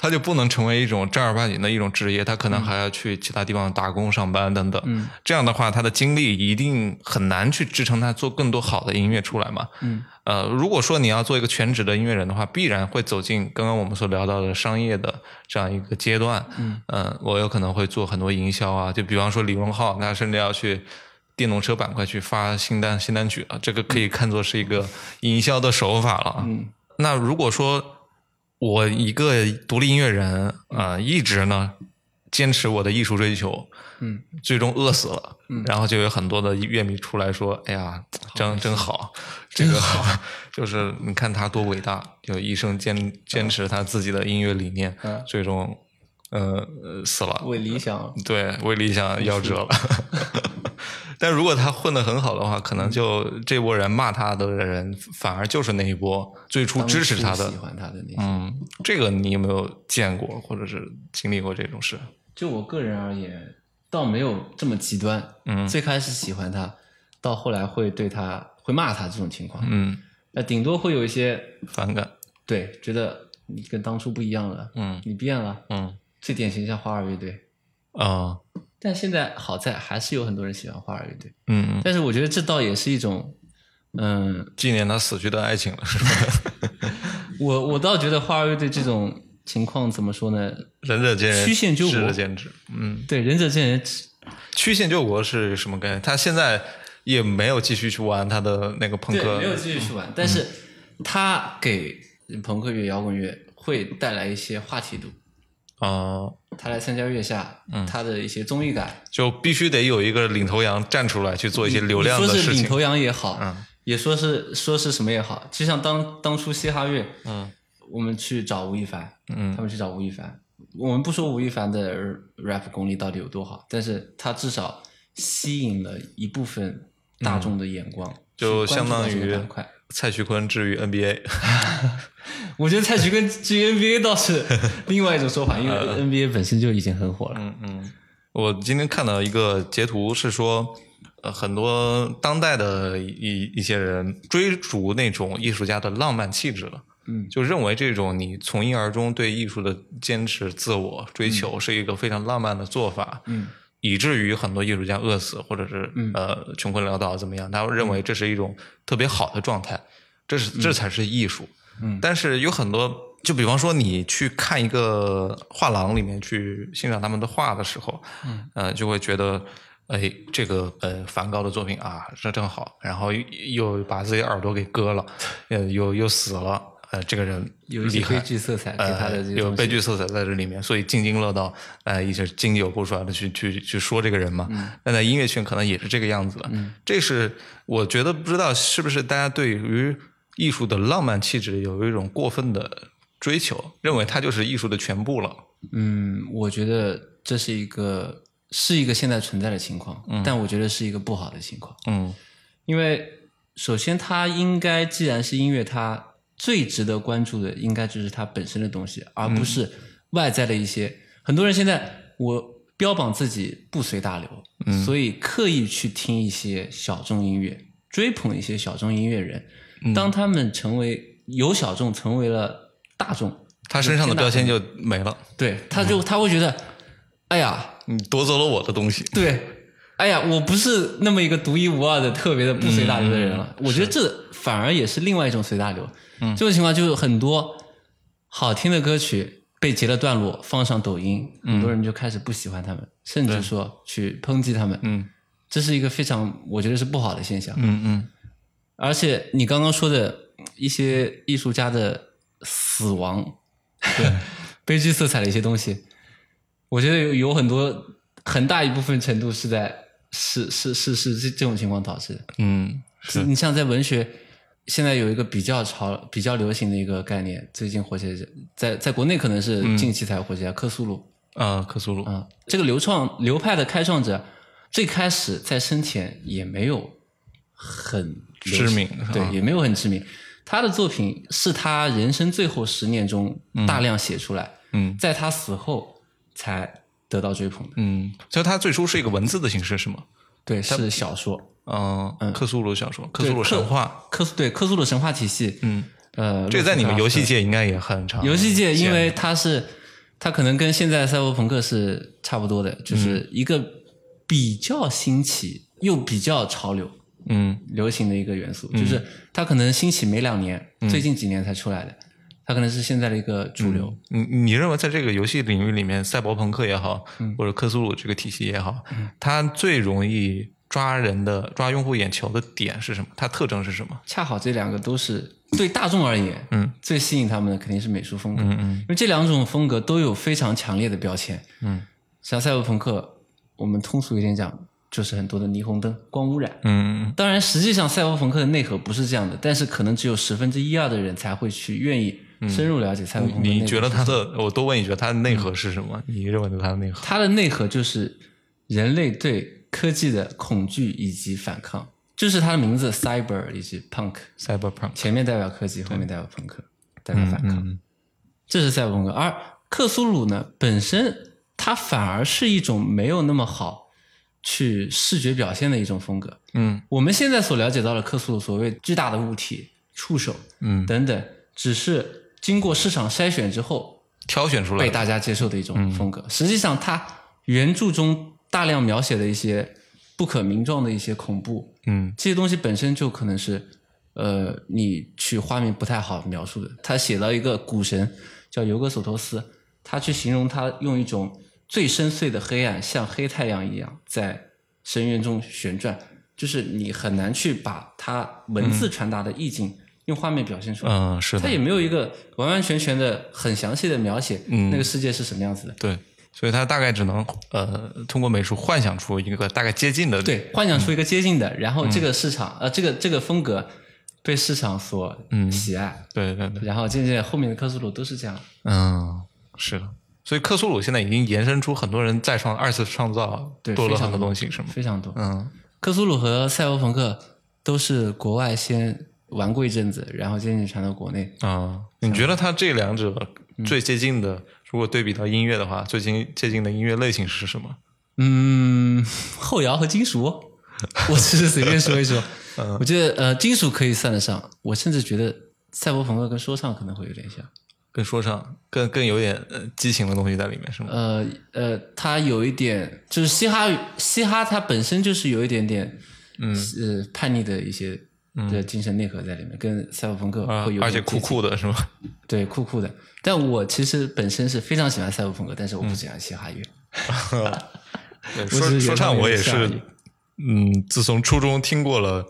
Speaker 1: 它就不能成为一种正儿八经的一种职业，它可能还要去其他地方打工、上班等等。
Speaker 2: 嗯，
Speaker 1: 这样的话，他的精力一定很难去支撑他做更多好的音乐出来嘛。
Speaker 2: 嗯，
Speaker 1: 呃，如果说你要做一个全职的音乐人的话，必然会走进刚刚我们所聊到的商业的这样一个阶段。
Speaker 2: 嗯，
Speaker 1: 呃，我有可能会做很多营销啊，就比方说李荣浩，他甚至要去。电动车板块去发新单新单曲啊，这个可以看作是一个营销的手法了啊。
Speaker 2: 嗯
Speaker 1: 那如果说我一个独立音乐人，呃，一直呢坚持我的艺术追求，
Speaker 2: 嗯，
Speaker 1: 最终饿死了，
Speaker 2: 嗯
Speaker 1: 然后就有很多的乐迷出来说：“哎呀，真真好，这个 就是你看他多伟大，就一生坚坚持他自己的音乐理念，
Speaker 2: 嗯
Speaker 1: 最终呃死了，
Speaker 2: 为理想，
Speaker 1: 对，为理想夭折了。 但如果他混得很好的话，可能就这波人骂他的人，反而就是那一波最初支持他
Speaker 2: 当
Speaker 1: 的
Speaker 2: 初喜。欢他的那些。
Speaker 1: 嗯，这个你有没有见过，或者是经历过这种事？
Speaker 2: 就我个人而言，倒没有这么极端。
Speaker 1: 嗯
Speaker 2: 最开始喜欢他，到后来会对他会骂他这种情况，
Speaker 1: 嗯，
Speaker 2: 那顶多会有一些
Speaker 1: 反感。
Speaker 2: 对觉得你跟当初不一样了，
Speaker 1: 嗯
Speaker 2: 你变了。
Speaker 1: 嗯
Speaker 2: 最典型像花儿乐队，
Speaker 1: 啊
Speaker 2: 但现在好在还是有很多人喜欢花儿乐队。
Speaker 1: 嗯，嗯
Speaker 2: 但是我觉得这倒也是一种，嗯，
Speaker 1: 纪念他死去的爱情了， 是吧？
Speaker 2: 我我倒觉得花儿乐队这种情况怎么说呢？
Speaker 1: 仁者见仁，
Speaker 2: 曲线救国
Speaker 1: 智者见智。嗯，
Speaker 2: 对，仁者见仁，
Speaker 1: 曲线救国是什么概念？他现在也没有继续去玩他的那个朋
Speaker 2: 对，
Speaker 1: 克
Speaker 2: 没有继续去
Speaker 1: 嗯
Speaker 2: 玩，但是它给朋克乐、摇滚乐会带来一些话题度。
Speaker 1: 啊，
Speaker 2: 他来参加月下，
Speaker 1: 嗯
Speaker 2: 他的一些综艺感，
Speaker 1: 就必须得有一个领头羊站出来去做一些流量
Speaker 2: 嗯你
Speaker 1: 的
Speaker 2: 说是
Speaker 1: 事
Speaker 2: 领
Speaker 1: 情。
Speaker 2: 头羊也好，
Speaker 1: 嗯
Speaker 2: 也说是说是什么也好，就像当当初嘻哈乐，
Speaker 1: 嗯
Speaker 2: 我们去找吴亦凡，他
Speaker 1: 嗯
Speaker 2: 们去找吴亦凡，我们不说吴亦凡的 rap 功力到底有多好，但是他至少吸引了一部分大众的眼光，
Speaker 1: 嗯就
Speaker 2: 去关注到
Speaker 1: 相当于
Speaker 2: 这个板块。
Speaker 1: 蔡徐坤至于 NBA，
Speaker 2: 我觉得蔡徐坤去 NBA 倒是另外一种 说法，因为 NBA 本身就已经很火了。
Speaker 1: 呃嗯嗯，我今天看到一个截图是说，呃，很多当代的一一些人追逐那种艺术家的浪漫气质了。
Speaker 2: 嗯
Speaker 1: 就认为这种你从一而终对艺术的坚持、自我追求是一个非常浪漫的做法，
Speaker 2: 嗯，
Speaker 1: 以至于很多艺术家饿死或者是、
Speaker 2: 嗯
Speaker 1: 呃穷困潦倒怎么样，他认为这是一种特别好的状态，这是这才是艺术。
Speaker 2: 嗯
Speaker 1: 但是有很多，就比方说你去看一个画廊里面去欣赏他们的画的时候，
Speaker 2: 嗯，
Speaker 1: 呃，就会觉得。哎，这个呃，梵高的作品啊，这正好，然后又又把自己耳朵给割了，呃，又又死了，呃，这个人
Speaker 2: 有一些
Speaker 1: 厉害
Speaker 2: 悲剧色彩给他
Speaker 1: 呃
Speaker 2: 的这，个
Speaker 1: 有
Speaker 2: 东
Speaker 1: 悲
Speaker 2: 西。
Speaker 1: 剧色彩在这里面，所以津津乐道，呃，一些经久不衰的去去去说这个人嘛。
Speaker 2: 嗯
Speaker 1: 但在音乐圈可能也是这个样子的。这是我觉得不知道是不是大家对于艺术的浪漫气质有一种过分的追求，认为它就是艺术的全部了。
Speaker 2: 嗯，我觉得这是一个是一个现在存在的情况，但我觉得是一个不好的情况，
Speaker 1: 嗯
Speaker 2: 因为首先它应该既然是音乐，它最值得关注的应该就是它本身的东西，而
Speaker 1: 嗯
Speaker 2: 不是外在的一些。很多人现在我标榜自己不随大流，
Speaker 1: 嗯
Speaker 2: 所以刻意去听一些小众音乐，追捧一些小众音乐人。
Speaker 1: 嗯
Speaker 2: 当他们成为由小众成为了大众，
Speaker 1: 他身上的标签就没了，
Speaker 2: 对他就他会觉得，哎呀。
Speaker 1: 你夺走了我的东西。
Speaker 2: 对，哎呀，我不是那么一个独一无二的、特别的不随大流的人了。我觉得这反而也是另外一种随大流。嗯，这种情况就是很多好听的歌曲被截了段落放上抖音，很多人就开始不喜欢他们，甚至说去抨击他们。
Speaker 1: 嗯，
Speaker 2: 这是一个非常我觉得是不好的现象。
Speaker 1: 嗯嗯
Speaker 2: 而且你刚刚说的一些艺术家的死亡，对悲剧色彩的一些东西，我觉得有有很多很大一部分程度是在是是是是这这种情况导致的。
Speaker 1: 嗯，是
Speaker 2: 你像在文学，现在有一个比较潮、比较流行的一个概念，最近火起来，在在国内可能是近期才火起来，克苏鲁。
Speaker 1: 啊，克苏鲁。
Speaker 2: 啊、这个流创流派的开创者，最开始在生前也没有很流行
Speaker 1: 知名
Speaker 2: 对，
Speaker 1: 啊
Speaker 2: 也没有很知名。他的作品是他人生最后十年中大量写出来，
Speaker 1: 嗯
Speaker 2: 在他死后才得到追捧的。
Speaker 1: 嗯，所以它最初是一个文字的形式是吗？
Speaker 2: 对，是小说，
Speaker 1: 嗯，克苏鲁小说，克
Speaker 2: 对
Speaker 1: 苏鲁神话。
Speaker 2: 克苏对克苏鲁神话体系，
Speaker 1: 嗯，
Speaker 2: 呃，
Speaker 1: 这个在你们
Speaker 2: 洛
Speaker 1: 游
Speaker 2: 克菲
Speaker 1: 戏界应该也很常
Speaker 2: 勒游戏界，因为它是它可能跟现在赛博朋克是差不多的，
Speaker 1: 嗯
Speaker 2: 就是一个比较新奇又比较潮流，
Speaker 1: 嗯
Speaker 2: 流行的一个元素，就是它可能兴起没两年，
Speaker 1: 嗯
Speaker 2: 最近几年才出来的，它可能是现在的一个主流。
Speaker 1: 你你认为在这个游戏领域里面，赛博朋克也好，
Speaker 2: 嗯
Speaker 1: 或者克苏鲁这个体系也好，它最容易抓人的、抓用户眼球的点是什么？它特征是什么？
Speaker 2: 恰好这两个都是对大众而言，
Speaker 1: 嗯，
Speaker 2: 最吸引他们的肯定是美术风格，
Speaker 1: 嗯嗯
Speaker 2: 因为这两种风格都有非常强烈的标签。
Speaker 1: 嗯，
Speaker 2: 像赛博朋克，我们通俗一点讲，就是很多的霓虹灯、光污染。
Speaker 1: 嗯
Speaker 2: 当然，实际上赛博朋克的内核不是这样的，但是可能只有十分之一二的人才会去愿意深入了解赛博朋克、
Speaker 1: 嗯你觉得它的，我多问一句，它的内核是什么？你认为的它的内核？
Speaker 2: 嗯它的内核就是人类对科技的恐惧以及反抗，就是它的名字 cyber 以及 punk，
Speaker 1: cyberpunk
Speaker 2: 前面代表科技，后面代表朋克，代表反抗，
Speaker 1: 嗯
Speaker 2: 这是赛博朋克。而克苏鲁呢，本身它反而是一种没有那么好去视觉表现的一种风格。
Speaker 1: 嗯
Speaker 2: 我们现在所了解到的克苏鲁所谓巨大的物体、触手
Speaker 1: 嗯，
Speaker 2: 等等，只是经过市场筛选之后
Speaker 1: 挑选出来嗯
Speaker 2: 被
Speaker 1: 的，
Speaker 2: 大家接受的一种风格。实际上，它原著中大量描写的一些不可名状的一些恐怖，
Speaker 1: 嗯
Speaker 2: 这些东西本身就可能是，呃，你去画面不太好描述的。他写到一个股神叫尤格索托斯，他去形容他用一种最深邃的黑暗，像黑太阳一样在深渊中旋转，就是你很难去把它文字传达的意境、用画面表现出来。
Speaker 1: 嗯，是
Speaker 2: 他
Speaker 1: 的
Speaker 2: 也，没有一个完完全全的、很详细的描写
Speaker 1: 嗯
Speaker 2: 那个世界是什么样子的。
Speaker 1: 对，所以它大概只能呃通过美术幻想出一个大概接近的，
Speaker 2: 对，幻想出一个接近的，
Speaker 1: 嗯
Speaker 2: 然后这个市场，呃，这个这个风格被市场所
Speaker 1: 嗯
Speaker 2: 喜爱，
Speaker 1: 对对对，
Speaker 2: 然后渐渐后面的克苏鲁都是这样。
Speaker 1: 嗯，是的。所以克苏鲁现在已经延伸出很多人再创二次创造，
Speaker 2: 对
Speaker 1: 多了
Speaker 2: 非常
Speaker 1: 很多东西，是吗？
Speaker 2: 非常多。
Speaker 1: 嗯
Speaker 2: 克苏鲁和赛博朋克都是国外先玩过一阵子，然后渐渐传到国内。
Speaker 1: 啊，你觉得它这两者
Speaker 2: 嗯
Speaker 1: 最接近的，如果对比到音乐的话，最近接近的音乐类型是什么？
Speaker 2: 嗯， 后摇和金属，哦 我只是随便说 一说。
Speaker 1: 嗯
Speaker 2: 我觉得呃，金属可以算得上，我甚至觉得赛博朋克跟说唱可能会有点像。
Speaker 1: 更说唱，更更有点呃激情的东西在里面，是吗？
Speaker 2: 呃呃，它有一点就是嘻哈，嘻哈它本身就是有一点点，嗯，呃，叛逆的一些的精神内核在里面，跟赛博朋克
Speaker 1: 啊
Speaker 2: 呃会有点接近、
Speaker 1: 而且酷酷的 是吗？
Speaker 2: 对，酷酷的。但我其实本身是非常喜欢赛博朋克，但是我不喜欢嘻哈乐。
Speaker 1: 对
Speaker 2: 我只
Speaker 1: 说
Speaker 2: 是
Speaker 1: 说唱
Speaker 2: 原
Speaker 1: 我
Speaker 2: 来
Speaker 1: 也
Speaker 2: 有这样
Speaker 1: 是
Speaker 2: 一个，
Speaker 1: 嗯，自从初中听过了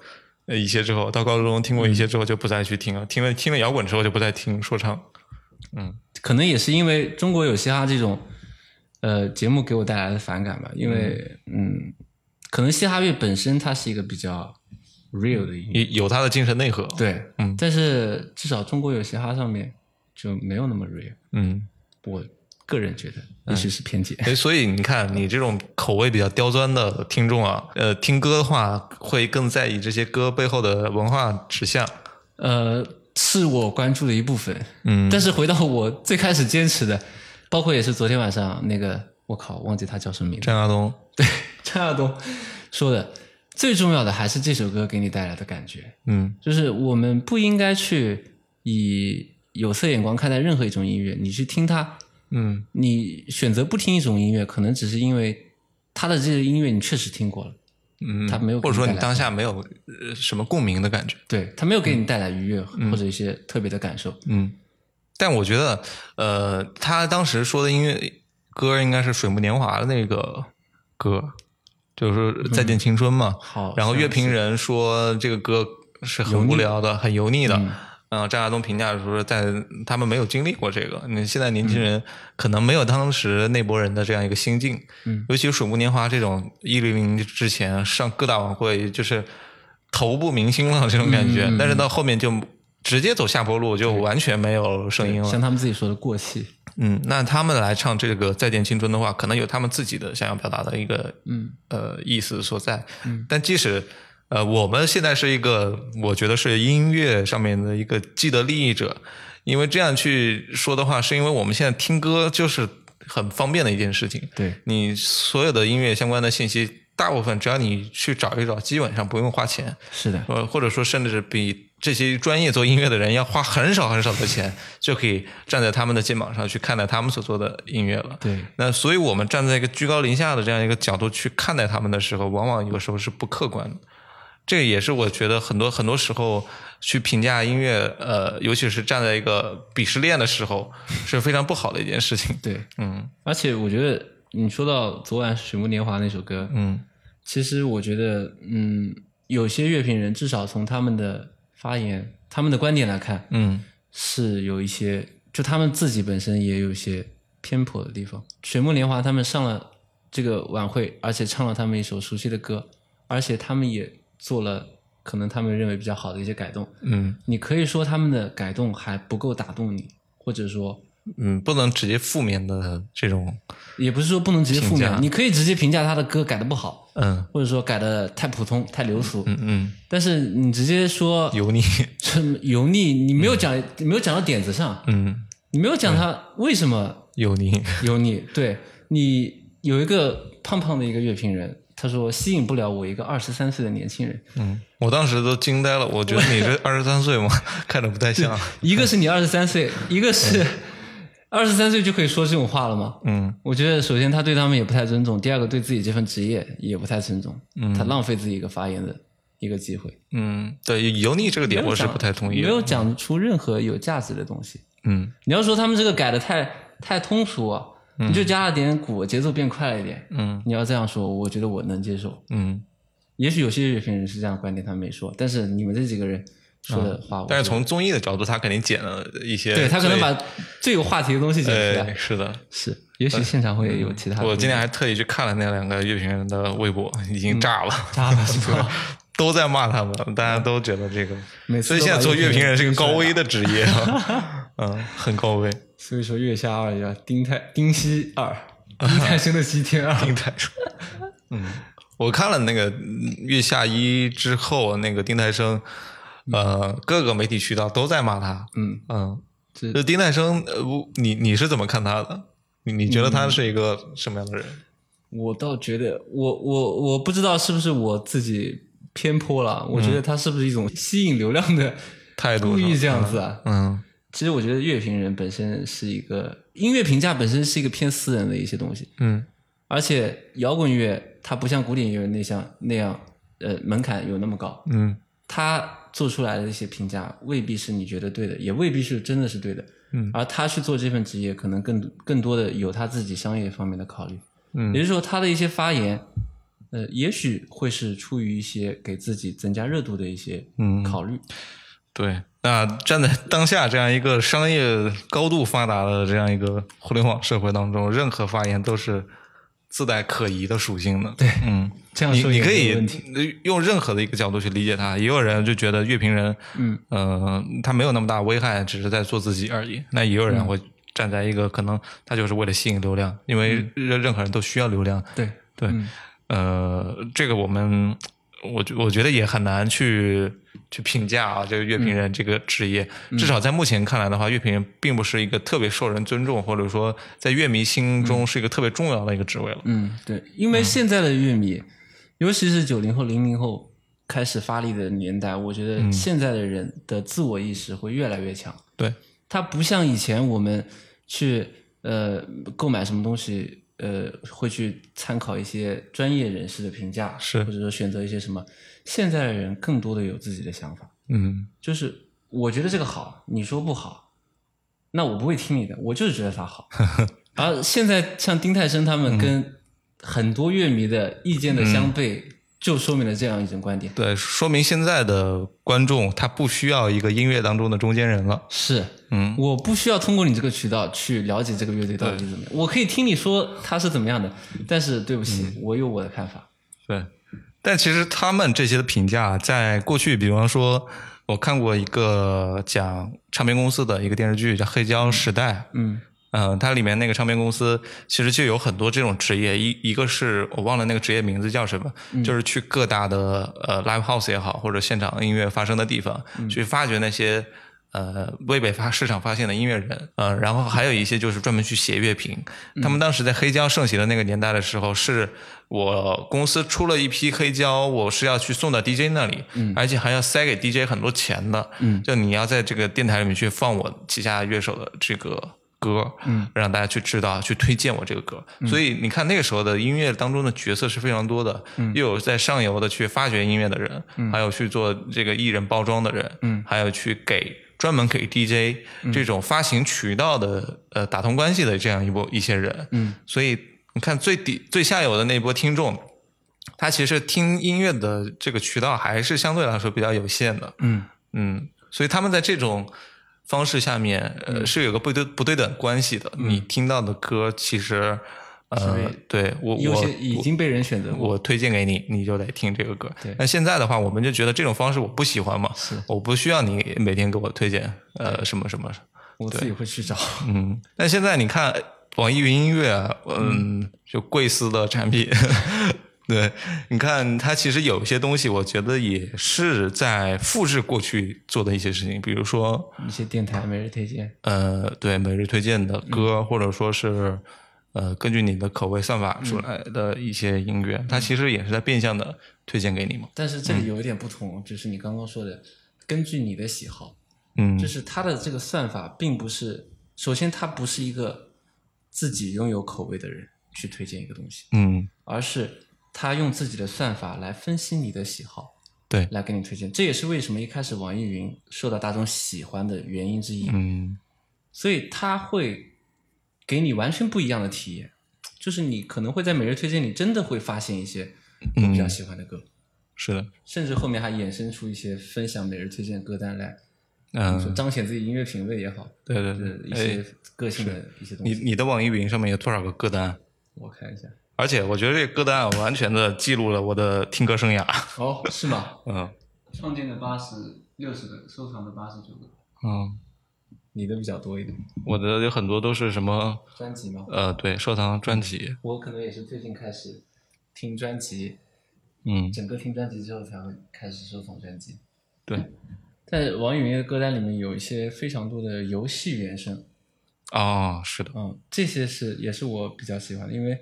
Speaker 1: 呃一些之后，到高中听过一
Speaker 2: 嗯
Speaker 1: 些之后就不再去听了，听了听了摇滚之后就不再听说唱。
Speaker 2: 可能也是因为中国有嘻哈这种呃节目给我带来的反感吧，因为嗯可能嘻哈乐本身它是一个比较 real 的音乐，
Speaker 1: 有有它的精神内核，，
Speaker 2: 对，
Speaker 1: 嗯
Speaker 2: 但是至少中国有嘻哈上面就没有那么 real，
Speaker 1: 嗯，
Speaker 2: 我个人觉得也许是偏见。
Speaker 1: 哎，所以你看，你这种口味比较刁钻的听众啊，呃，听歌的话会更在意这些歌背后的文化指向。
Speaker 2: 呃，是我关注的一部分。
Speaker 1: 嗯
Speaker 2: 但是回到我最开始坚持的，包括也是昨天晚上那个，我靠，忘记他叫什么名字，
Speaker 1: 张亚东，
Speaker 2: 对，张亚东说的，最重要的还是这首歌给你带来的感觉，
Speaker 1: 嗯
Speaker 2: 就是我们不应该去以有色眼光看待任何一种音乐，你去听它，
Speaker 1: 嗯
Speaker 2: 你选择不听一种音乐，可能只是因为它的这个音乐你确实听过了。
Speaker 1: 嗯，
Speaker 2: 他没有
Speaker 1: 或者说
Speaker 2: 给
Speaker 1: 你
Speaker 2: 你带来
Speaker 1: 当下没有呃什么共鸣的感觉。
Speaker 2: 对，它没有给你带来愉悦或者一些特别的感受，
Speaker 1: 嗯，但我觉得，呃，他当时说的音乐歌应该是《水木年华》的那个歌，就是
Speaker 2: 嗯
Speaker 1: 《再见青春》嘛。
Speaker 2: 好
Speaker 1: 然后乐
Speaker 2: 像
Speaker 1: 评人说这个歌是很无聊的，很油腻的。嗯，张亚东评价说，在他们没有经历过这个，你现在年
Speaker 2: 嗯
Speaker 1: 轻人可能没有当时那波人的这样一个心境。
Speaker 2: 嗯，
Speaker 1: 尤其是《水木年华》这种一零零之前上各大晚会就是头部明星了这种感觉，
Speaker 2: 嗯嗯嗯
Speaker 1: 但是到后面就直接走下坡路，就完全没有声音
Speaker 2: 像
Speaker 1: 了。
Speaker 2: 他们自己说的过气。
Speaker 1: 嗯，那他们来唱这个《再见青春》的话，可能有他们自己的想要表达的一个
Speaker 2: 嗯
Speaker 1: 呃意思所在。
Speaker 2: 嗯
Speaker 1: 但即使呃我们现在是一个，我觉得是音乐上面的一个既得利益者，因为这样去说的话，是因为我们现在听歌就是很方便的一件事情。
Speaker 2: 对，
Speaker 1: 你所有的音乐相关的信息，大部分只要你去找一找，基本上不用花钱，
Speaker 2: 是的，
Speaker 1: 呃，或者说甚至是比这些专业做音乐的人要花很少很少的钱，就可以站在他们的肩膀上去看待他们所做的音乐了。
Speaker 2: 对，
Speaker 1: 那所以，我们站在一个居高临下的这样一个角度去看待他们的时候，往往有时候是不客观的。这也是我觉得很多很多时候去评价音乐，呃，尤其是站在一个鄙视链的时候，是非常不好的一件事情。
Speaker 2: 对，
Speaker 1: 嗯
Speaker 2: 而且我觉得你说到昨晚《水木年华》那首歌，
Speaker 1: 嗯
Speaker 2: 其实我觉得，嗯，有些乐评人至少从他们的发言、他们的观点来看，
Speaker 1: 嗯
Speaker 2: 是有一些，就他们自己本身也有一些偏颇的地方。《水木年华》他们上了这个晚会，而且唱了他们一首熟悉的歌，而且他们也做了可能他们认为比较好的一些改动。
Speaker 1: 嗯
Speaker 2: 你可以说他们的改动还不够打动你，或者说
Speaker 1: 嗯，不能直接负面的这种，
Speaker 2: 也不是说不能直接负
Speaker 1: 评价
Speaker 2: 面，你可以直接评价他的歌改的不好，
Speaker 1: 嗯
Speaker 2: 或者说改的太普通、太流俗。
Speaker 1: 嗯嗯，
Speaker 2: 但是你直接说
Speaker 1: 油腻，
Speaker 2: 这么油腻，你没有讲，你没有讲到点子上，
Speaker 1: 嗯，
Speaker 2: 你没有讲他为什么
Speaker 1: 油腻，
Speaker 2: 油
Speaker 1: 嗯
Speaker 2: 腻。对你有一个胖胖的一个乐评人，他说吸引不了我一个二十三岁的年轻人。
Speaker 1: 嗯，我当时都惊呆了，我觉得你这二十三岁嘛， 看着不太像，
Speaker 2: 一个是你二十三岁，一个是二十三岁就可以说这种话了吗？
Speaker 1: 嗯
Speaker 2: 我觉得首先他对他们也不太尊重，第二个对自己这份职业也不太尊重，他浪费自己一个发言的一个机会。
Speaker 1: 嗯，对，油腻这个点我是
Speaker 2: 没有讲
Speaker 1: 不太同意的，
Speaker 2: 没有讲出任何有价值的东西。
Speaker 1: 嗯
Speaker 2: 你要说他们这个改的太太通俗、啊，你就加了点鼓，节奏变快了一点。
Speaker 1: 嗯
Speaker 2: 你要这样说，我觉得我能接受。
Speaker 1: 嗯，
Speaker 2: 也许有些乐评人是这样的观点，他没说，但是你们这几个人说的话，我
Speaker 1: 嗯但是
Speaker 2: 觉得
Speaker 1: 从综艺的角度，他肯定剪了一些，
Speaker 2: 对他可
Speaker 1: 所
Speaker 2: 能
Speaker 1: 以
Speaker 2: 把最有话题的东西剪出来
Speaker 1: 哎，，是的，
Speaker 2: 是，也许现场会有其他的不一样。
Speaker 1: 我今天还特意去看了那两个乐评人的微博，已
Speaker 2: 嗯
Speaker 1: 经炸了，
Speaker 2: 炸了是吧
Speaker 1: 都在骂他们，大家都觉得这个，
Speaker 2: 嗯每
Speaker 1: 所
Speaker 2: 次都
Speaker 1: 以现在
Speaker 2: 把
Speaker 1: 做乐评人是个
Speaker 2: 推出来
Speaker 1: 高危的职业 啊，嗯，很高危。
Speaker 2: 所以说月下二要丁太丁西 二，丁太升的西天二，
Speaker 1: 丁太升，嗯，我看了那个嗯月下一之后，那个丁太升，呃，各个媒体渠道都在骂他，
Speaker 2: 嗯，
Speaker 1: 嗯，
Speaker 2: 这
Speaker 1: 就丁太升，呃，不你你是怎么看他的？你你觉得他是一个什么样的人？
Speaker 2: 我倒觉得，我我我不知道是不是我自己偏颇了，我觉得他是不是一种吸引流量的
Speaker 1: 态度
Speaker 2: 故意
Speaker 1: 上
Speaker 2: 这样子啊？
Speaker 1: 嗯
Speaker 2: 其实我觉得乐评人本身是一个音乐评价本身是一个偏私人的一些东西，
Speaker 1: 嗯
Speaker 2: 而且摇滚乐它不像古典乐那像那样呃门槛有那么高，
Speaker 1: 嗯
Speaker 2: 他做出来的一些评价未必是你觉得对的，也未必是真的是对的。
Speaker 1: 嗯
Speaker 2: 而他去做这份职业，可能更更多的有他自己商业方面的考虑。
Speaker 1: 嗯
Speaker 2: 也就是说，他的一些发言，呃，也许会是出于一些给自己增加热度的一些
Speaker 1: 嗯
Speaker 2: 考虑。
Speaker 1: 对，那站在当下这样一个商业高度发达的这样一个互联网社会当中，任何发言都是自带可疑的属性的。对，嗯，
Speaker 2: 这样
Speaker 1: 你
Speaker 2: 说
Speaker 1: 你
Speaker 2: 也
Speaker 1: 可
Speaker 2: 没有
Speaker 1: 以呃
Speaker 2: 问题
Speaker 1: 用任何的一个角度去理解它。也有人就觉得乐评人，
Speaker 2: 嗯，
Speaker 1: 呃，他没有那么大危害，只是在做自己而已。那也有
Speaker 2: 嗯
Speaker 1: 人会站在一个可能他就是为了吸引流量，因为任任何人都需要流量，
Speaker 2: 对，
Speaker 1: 对，
Speaker 2: 嗯
Speaker 1: 呃，这个我们我觉我觉得也很难去去评价啊，这个乐
Speaker 2: 嗯
Speaker 1: 评人这个职业，至少在目前看来的话，乐评人并不是一个特别受人尊重，或者说在乐迷心中是一个特别重要的一个职位了。
Speaker 2: 嗯，对，因为现在的乐迷，尤其是九零后、零零后开始发力的年代，我觉得现在的人的自我意识会越来越强。
Speaker 1: 嗯对，
Speaker 2: 它不像以前我们去呃购买什么东西，呃会去参考一些专业人士的评价，
Speaker 1: 是
Speaker 2: 或者说选择一些什么。现在的人更多的有自己的想法，
Speaker 1: 嗯
Speaker 2: 就是我觉得这个好，你说不好，那我不会听你的，我就是觉得 它好。而现在像丁太升他
Speaker 1: 嗯
Speaker 2: 们跟很多乐迷的意见的相悖，就说明了这样一种观点。
Speaker 1: 对，说明现在的观众他不需要一个音乐当中的中间人了。
Speaker 2: 是，
Speaker 1: 嗯
Speaker 2: 我不需要通过你这个渠道去了解这个乐队到底是怎么样，我可以听你说它是怎么样的，
Speaker 1: 嗯
Speaker 2: 但是对不起，我有我的看法。
Speaker 1: 对，但其实他们这些的评价，在过去，比方说，我看过一个讲唱片公司的一个电视剧，叫《黑胶时代》。
Speaker 2: 嗯
Speaker 1: 嗯，它里面那个唱片公司其实就有很多这种职业，一一个是我忘了那个职业名字叫什么，就是去各大的呃 live house 也好，或者现场音乐发生的地方，去发掘那些呃未被发市场发现的音乐人，呃，然后还有一些就是专门去写乐评。他们当时在黑胶盛行的那个年代的时候，是我公司出了一批黑胶，我是要去送到 DJ 那里，而且还要塞给 DJ 很多钱的，
Speaker 2: 嗯
Speaker 1: 就你要在这个电台里面去放我旗下乐手的这个。歌，
Speaker 2: 嗯，
Speaker 1: 让大家去知道，去推荐我这个歌。所以你看那个时候的音乐当中的角色是非常多的，
Speaker 2: 嗯
Speaker 1: 又有在上游的去发掘音乐的人，还有去做这个艺人包装的人，
Speaker 2: 嗯
Speaker 1: 还有去给专门给 DJ 这种发行渠道的呃打通关系的这样一波一些人，
Speaker 2: 嗯，
Speaker 1: 所以你看最底最下游的那波听众。他其实听音乐的这个渠道还是相对来说比较有限的，
Speaker 2: 嗯
Speaker 1: 嗯，所以他们在这种
Speaker 2: 嗯
Speaker 1: 方式下面，呃，是有个不对不对等关系的。你听到的歌其实
Speaker 2: 所以
Speaker 1: 呃，对我
Speaker 2: 优
Speaker 1: 我
Speaker 2: 先已经被人选择过。
Speaker 1: 我推荐给你，你就得听这个歌
Speaker 2: 对。
Speaker 1: 那现在的话，我们就觉得这种方式我不喜欢嘛，我不需要你每天给我推荐呃什么什么。
Speaker 2: 我自己会 去找。
Speaker 1: 嗯，但现在你看网易云音乐，嗯，就贵司的产品， 对，你看它其实有一些东西，我觉得也是在复制过去做的一些事情，比如说
Speaker 2: 一些电台每日推荐，
Speaker 1: 呃，对每日推荐的歌，或者说是呃根据你的口味算法出来的一些音乐，它其实也是在变相的推荐给你嘛。
Speaker 2: 但是这里有一点不同，就是你刚刚说的，根据你的喜好，
Speaker 1: 嗯
Speaker 2: 就是它的这个算法并不是，首先它不是一个自己拥有口味的人去推荐一个东西，
Speaker 1: 嗯，
Speaker 2: 而是它用自己的算法来分析你的喜好。
Speaker 1: 对
Speaker 2: 来给你推荐，这也是为什么一开始网易云受到大众喜欢的原因之一。
Speaker 1: 嗯
Speaker 2: 所以它会给你完全不一样的体验，就是你可能会在每日推荐里真的会发现一些
Speaker 1: 嗯
Speaker 2: 我比较喜欢的歌，
Speaker 1: 是的，
Speaker 2: 甚至后面还衍生出一些分享每日推荐歌单来，
Speaker 1: 嗯、
Speaker 2: 说彰显自己音乐品味也好，
Speaker 1: 对对
Speaker 2: 或者一
Speaker 1: 对，哎
Speaker 2: 些，个性的一些东
Speaker 1: 你
Speaker 2: 西。
Speaker 1: 你的网易云上面有多少个歌单？啊
Speaker 2: 我看一下，
Speaker 1: 而且我觉得这个歌单啊，完全的记录了我的听歌生涯。
Speaker 2: 哦，是吗？
Speaker 1: 嗯
Speaker 2: 创建的八十六十个，收藏的八十九个，
Speaker 1: 嗯，
Speaker 2: 你的比较多一点。
Speaker 1: 我的有很多都是什么
Speaker 2: 专辑吗？
Speaker 1: 呃，对，收藏专辑，
Speaker 2: 我可能也是最近开始听专辑，
Speaker 1: 嗯，
Speaker 2: 整个听专辑之后才会开始收藏专辑。
Speaker 1: 对
Speaker 2: 在网易云的歌单里面有一些非常多的游戏原声，
Speaker 1: 哦，是的，
Speaker 2: 嗯，这些是也是我比较喜欢的，因为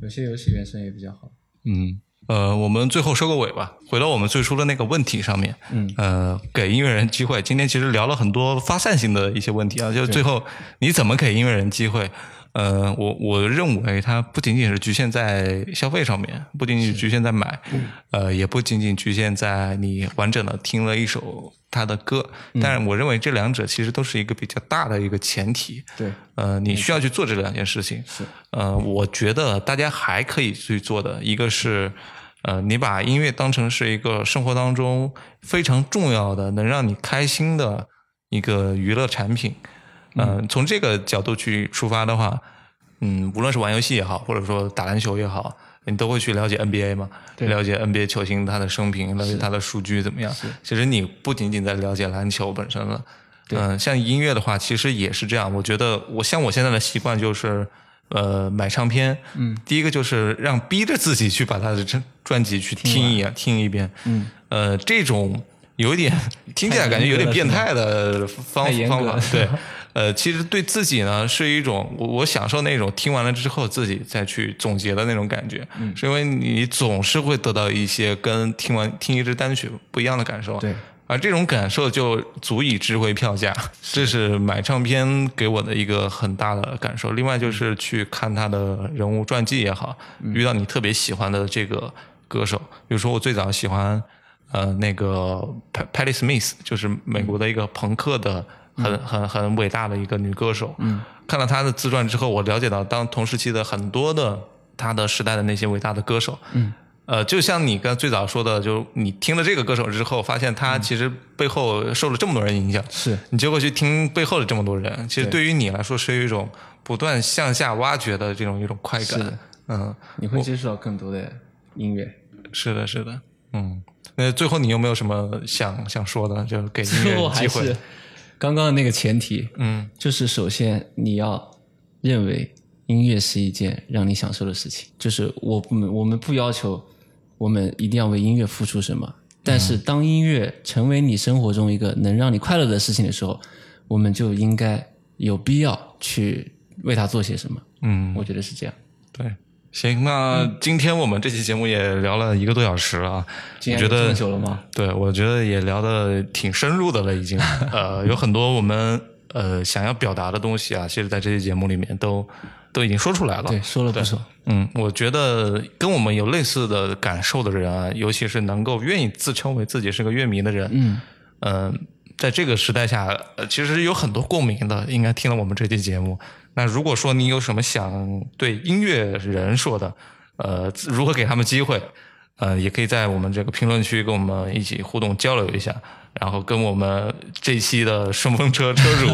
Speaker 2: 有些游戏原声也比较好。
Speaker 1: 嗯，呃，我们最后收个尾吧，回到我们最初的那个问题上面，
Speaker 2: 嗯
Speaker 1: 呃，给音乐人机会。今天其实聊了很多发散性的一些问题啊，就是最后你怎么给音乐人机会？呃，我我认为它不仅仅是局限在消费上面，不仅仅局限在买，呃，也不仅仅局限在你完整的听了一首他的歌。但是我认为这两者其实都是一个比较大的一个前提。
Speaker 2: 对，
Speaker 1: 呃，你需要去做这两件事情。
Speaker 2: 是，
Speaker 1: 呃，我觉得大家还可以去做的一个是，呃，你把音乐当成是一个生活当中非常重要的、能让你开心的一个娱乐产品。呃，从这个角度去出发的话，嗯，无论是玩游戏也好，或者说打篮球也好，你都会去了解 NBA 嘛，
Speaker 2: 对
Speaker 1: 了解 NBA 球星他的生平，了解他的数据怎么样。其实你不仅仅在了解篮球本身了，嗯、像音乐的话，其实也是这样。我觉得我像我现在的习惯就是，呃，买唱片，嗯，第一个就是让逼着自己去把他的专专辑去听一听一遍，嗯，呃，这种有一点听起来感觉有点变态的方
Speaker 2: 太严格
Speaker 1: 方
Speaker 2: 了
Speaker 1: 法，对，呃，其实对自己呢是一种，我我享受那种听完了之后自己再去总结的那种感觉，嗯、是因为你总是会得到一些跟听完听一支单曲不一样的感受，
Speaker 2: 对，
Speaker 1: 而啊这种感受就足以值回票价，这是买唱片给我的一个很大的感受。另外就是去看他的人物传记也好，遇到你特别喜欢的这个歌手，比如说我最早喜欢呃那个 Pa- Patti Smith，就是美国的一个朋克的很很很伟大的一个女歌手。嗯，看了她的自传之后，我了解到当同时期的很多的她的时代的那些伟大的歌手。嗯。呃，就像你刚最早说的，就是你听了这个歌手之后，发现
Speaker 2: 嗯
Speaker 1: 他其实背后受了这么多人影响，
Speaker 2: 是
Speaker 1: 你就会去听背后的这么多人。其实对于你来说，是有一种不断向下挖掘的这种一种快
Speaker 2: 是的
Speaker 1: 感。嗯，
Speaker 2: 你会接触到更多的音乐。
Speaker 1: 是的，是的，嗯。那最后你有没有什么想想说的？就是给音乐
Speaker 2: 最后
Speaker 1: 人
Speaker 2: 还
Speaker 1: 机会
Speaker 2: 是。刚刚的那个前提，
Speaker 1: 嗯，
Speaker 2: 就是首先你要认为音乐是一件让你享受的事情，就是我不我们不要求我们一定要为音乐付出什么，但
Speaker 1: 嗯
Speaker 2: 是当音乐成为你生活中一个能让你快乐的事情的时候，我们就应该有必要去为它做些什么。
Speaker 1: 嗯，
Speaker 2: 我嗯觉得是这样。
Speaker 1: 对。行，那今天我们这期节目也聊了一个多小时了啊，
Speaker 2: 既
Speaker 1: 我觉
Speaker 2: 然有这
Speaker 1: 得
Speaker 2: 么久了吗？
Speaker 1: 对，我觉得也聊得挺深入的了，已经。呃，有很多我们呃想要表达的东西啊，其实在这期节目里面都都已经说出来了。
Speaker 2: 对，说了不少。
Speaker 1: 嗯，我觉得跟我们有类似的感受的人啊，尤其是能够愿意自称为自己是个乐迷的人，嗯，在这个时代下，呃其实有很多共鸣的，应该听了我们这期节目。那如果说你有什么想对音乐人说的，呃，如何给他们机会，呃，也可以在我们这个评论区跟我们一起互动交流一下，然后跟我 们这期的顺风车车主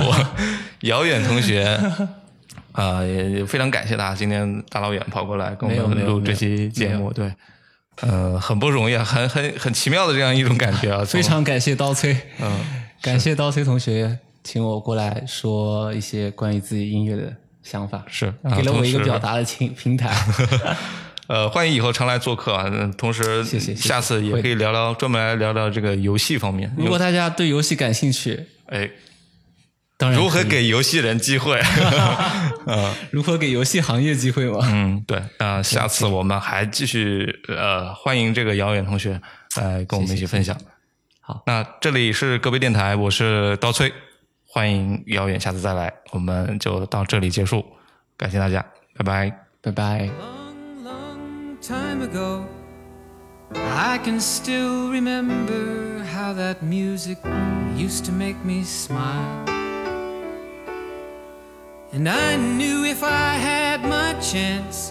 Speaker 1: 姚远同学啊，也也非常感谢他今天大老远跑过来跟
Speaker 2: 没有
Speaker 1: 我
Speaker 2: 没
Speaker 1: 们
Speaker 2: 有
Speaker 1: 录
Speaker 2: 没
Speaker 1: 这
Speaker 2: 有
Speaker 1: 期节
Speaker 2: 没有
Speaker 1: 目，对，呃，很不容易，啊，很很很奇妙的这样一种感觉啊，从
Speaker 2: 非常感谢刀崔，
Speaker 1: 嗯，
Speaker 2: 感谢刀崔同学请我过来说一些关于自己音乐的想法，
Speaker 1: 是啊
Speaker 2: 给了我
Speaker 1: 同
Speaker 2: 一个
Speaker 1: 时
Speaker 2: 表达的平平台。
Speaker 1: 呃，欢迎以后常来做客啊。嗯同时，
Speaker 2: 谢谢谢谢
Speaker 1: 下次也可以聊聊，专门来聊聊这个游戏方面。
Speaker 2: 如果大家对游戏感兴趣，
Speaker 1: 哎，
Speaker 2: 当然
Speaker 1: 如
Speaker 2: 可
Speaker 1: 何
Speaker 2: 以嗯
Speaker 1: 给游戏人机 会？
Speaker 2: 如何给游戏行业机会嘛？
Speaker 1: 嗯，对。那、下次我们还继续呃，欢迎这个姚远同学来跟我们一起分享。嗯
Speaker 2: 好，
Speaker 1: 那这里是隔壁电台，我是刀崔，欢迎姚远下次再来，我们就到这里结束，感谢大家，拜拜。
Speaker 2: 拜拜。
Speaker 3: Long, long time ago, I can still remember how that music used to make me smile. And I knew if I had my chance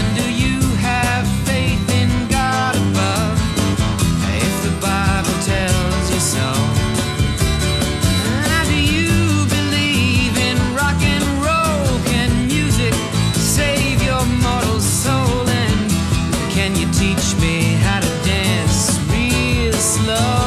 Speaker 3: And do you have faith in God above? If the Bible tells you so. And do you believe in rock and roll? Can music save your mortal soul? And can you teach me how to dance real slow?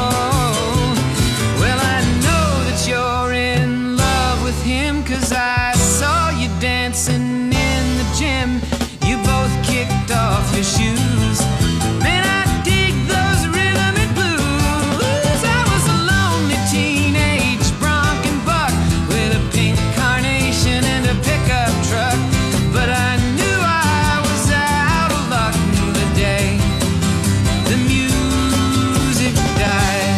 Speaker 3: Well, I know that you're in love with him, cause I saw you dancing in the gym. You both kicked off your shoes. Man, I dig those rhythm and blues. I was a lonely teenage bronc and buck with a pink carnation and a pickup truck. But I knew I was out of luck the day the music died.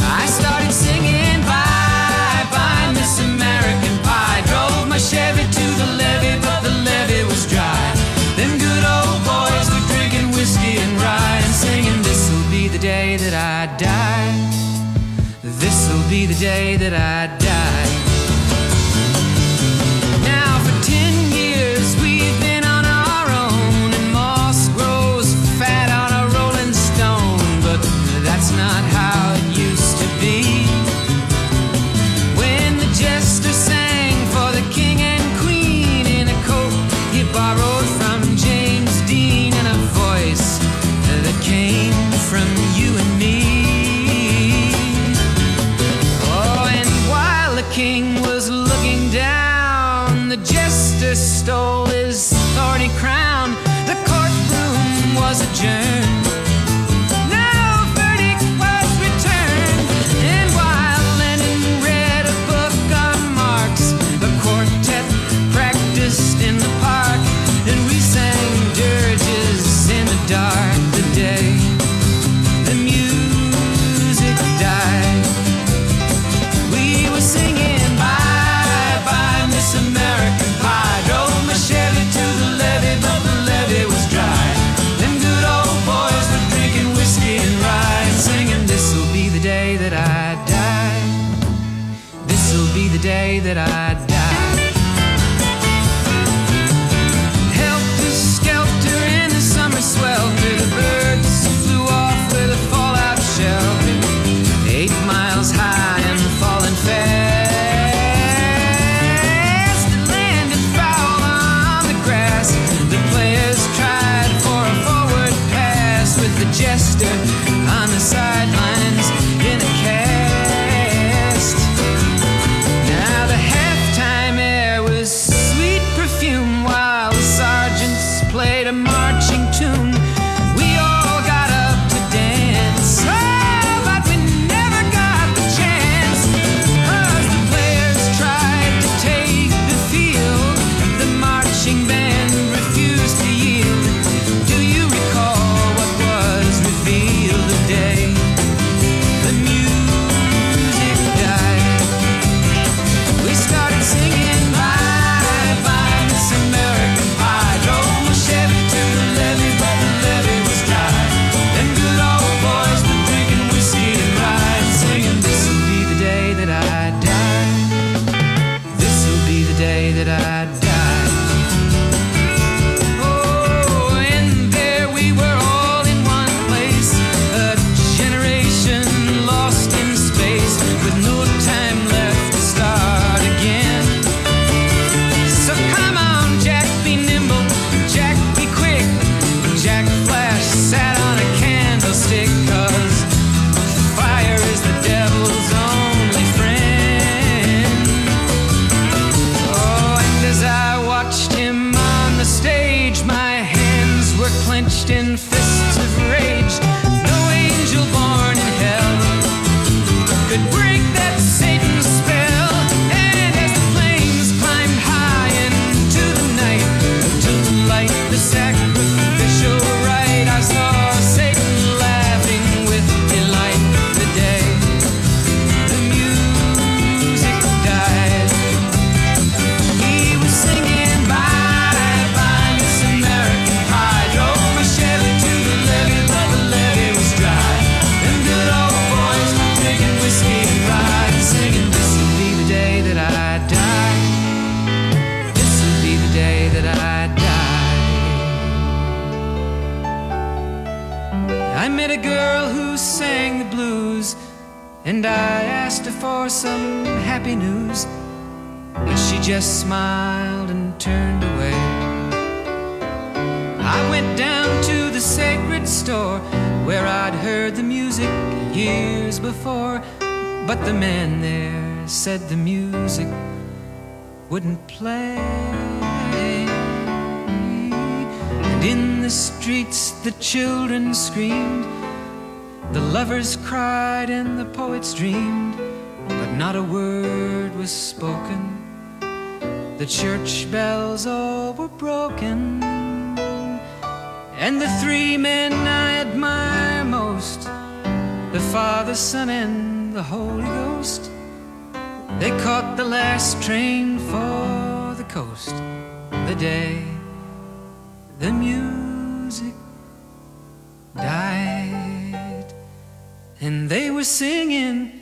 Speaker 3: I started singing bye bye Miss American Pie. Drove my Chevy to the levee, but the levee was dry. Them good old boys were drinking whiskey and rye and singing, This'll be the day that I die. This'll be the day that I die. Now for ten years we've been on our own, and moss grows fat on a rolling stone. But that's not how it used to be. When the jester sang for the king and queen in a coat he borrowed from James Dean, and a voice that came from you and me. Oh, and while the king was looking down, the jester stole his thorny crown. The courtroom was adjourned. No verdict was returned. And while Lennon read a book on Marx, the quartet practiced in the park, and we sang dirges in the dark. The day the music died. We were singing bye bye Miss American Pie. Drove my Chevy to the levee, but the levee was dry. Them good old boys were drinking whiskey and rye, and singing this'll be the day that I die. This'll be the day that I die. Helter skelter in the summer swelter, the birds flew off with a fallout shelter. Eight miles high and the fallen fair. Oh, Oh, Oh, could break that Satan's spell. And as the flames climbed high into the night, to the light, the sacrificial rite, I saw Satan laughing with delight. The day the music died. He was singing bye bye Miss American Pie. Drove my Chevy to the levee, but the levee was dry. Them good old boys were drinking whiskey and rye, singing this'll be the day that I die. This'll be the day that I die. I met a girl who sang the blues, and I asked her for some happy news. But she just smiled and turned away. I went down to the sacred store where I'd heard the music years before. But the man there said the music wouldn't play. And in the streets the children screamed, the lovers cried, and the poets dreamed but not a word was spoken. The church bells all were broken, and the three men I admire most the Father, Son, and the Holy Ghost they caught the last train for the coast the day the music died, and they were singing.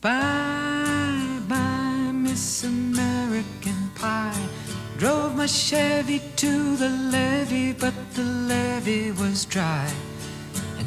Speaker 3: Bye bye, Miss American Pie. Drove my Chevy to the levee, but the levee was dry. And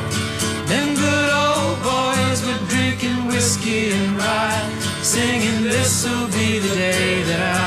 Speaker 3: Them good old boys were drinking whiskey and rye, singing This'll be the day that I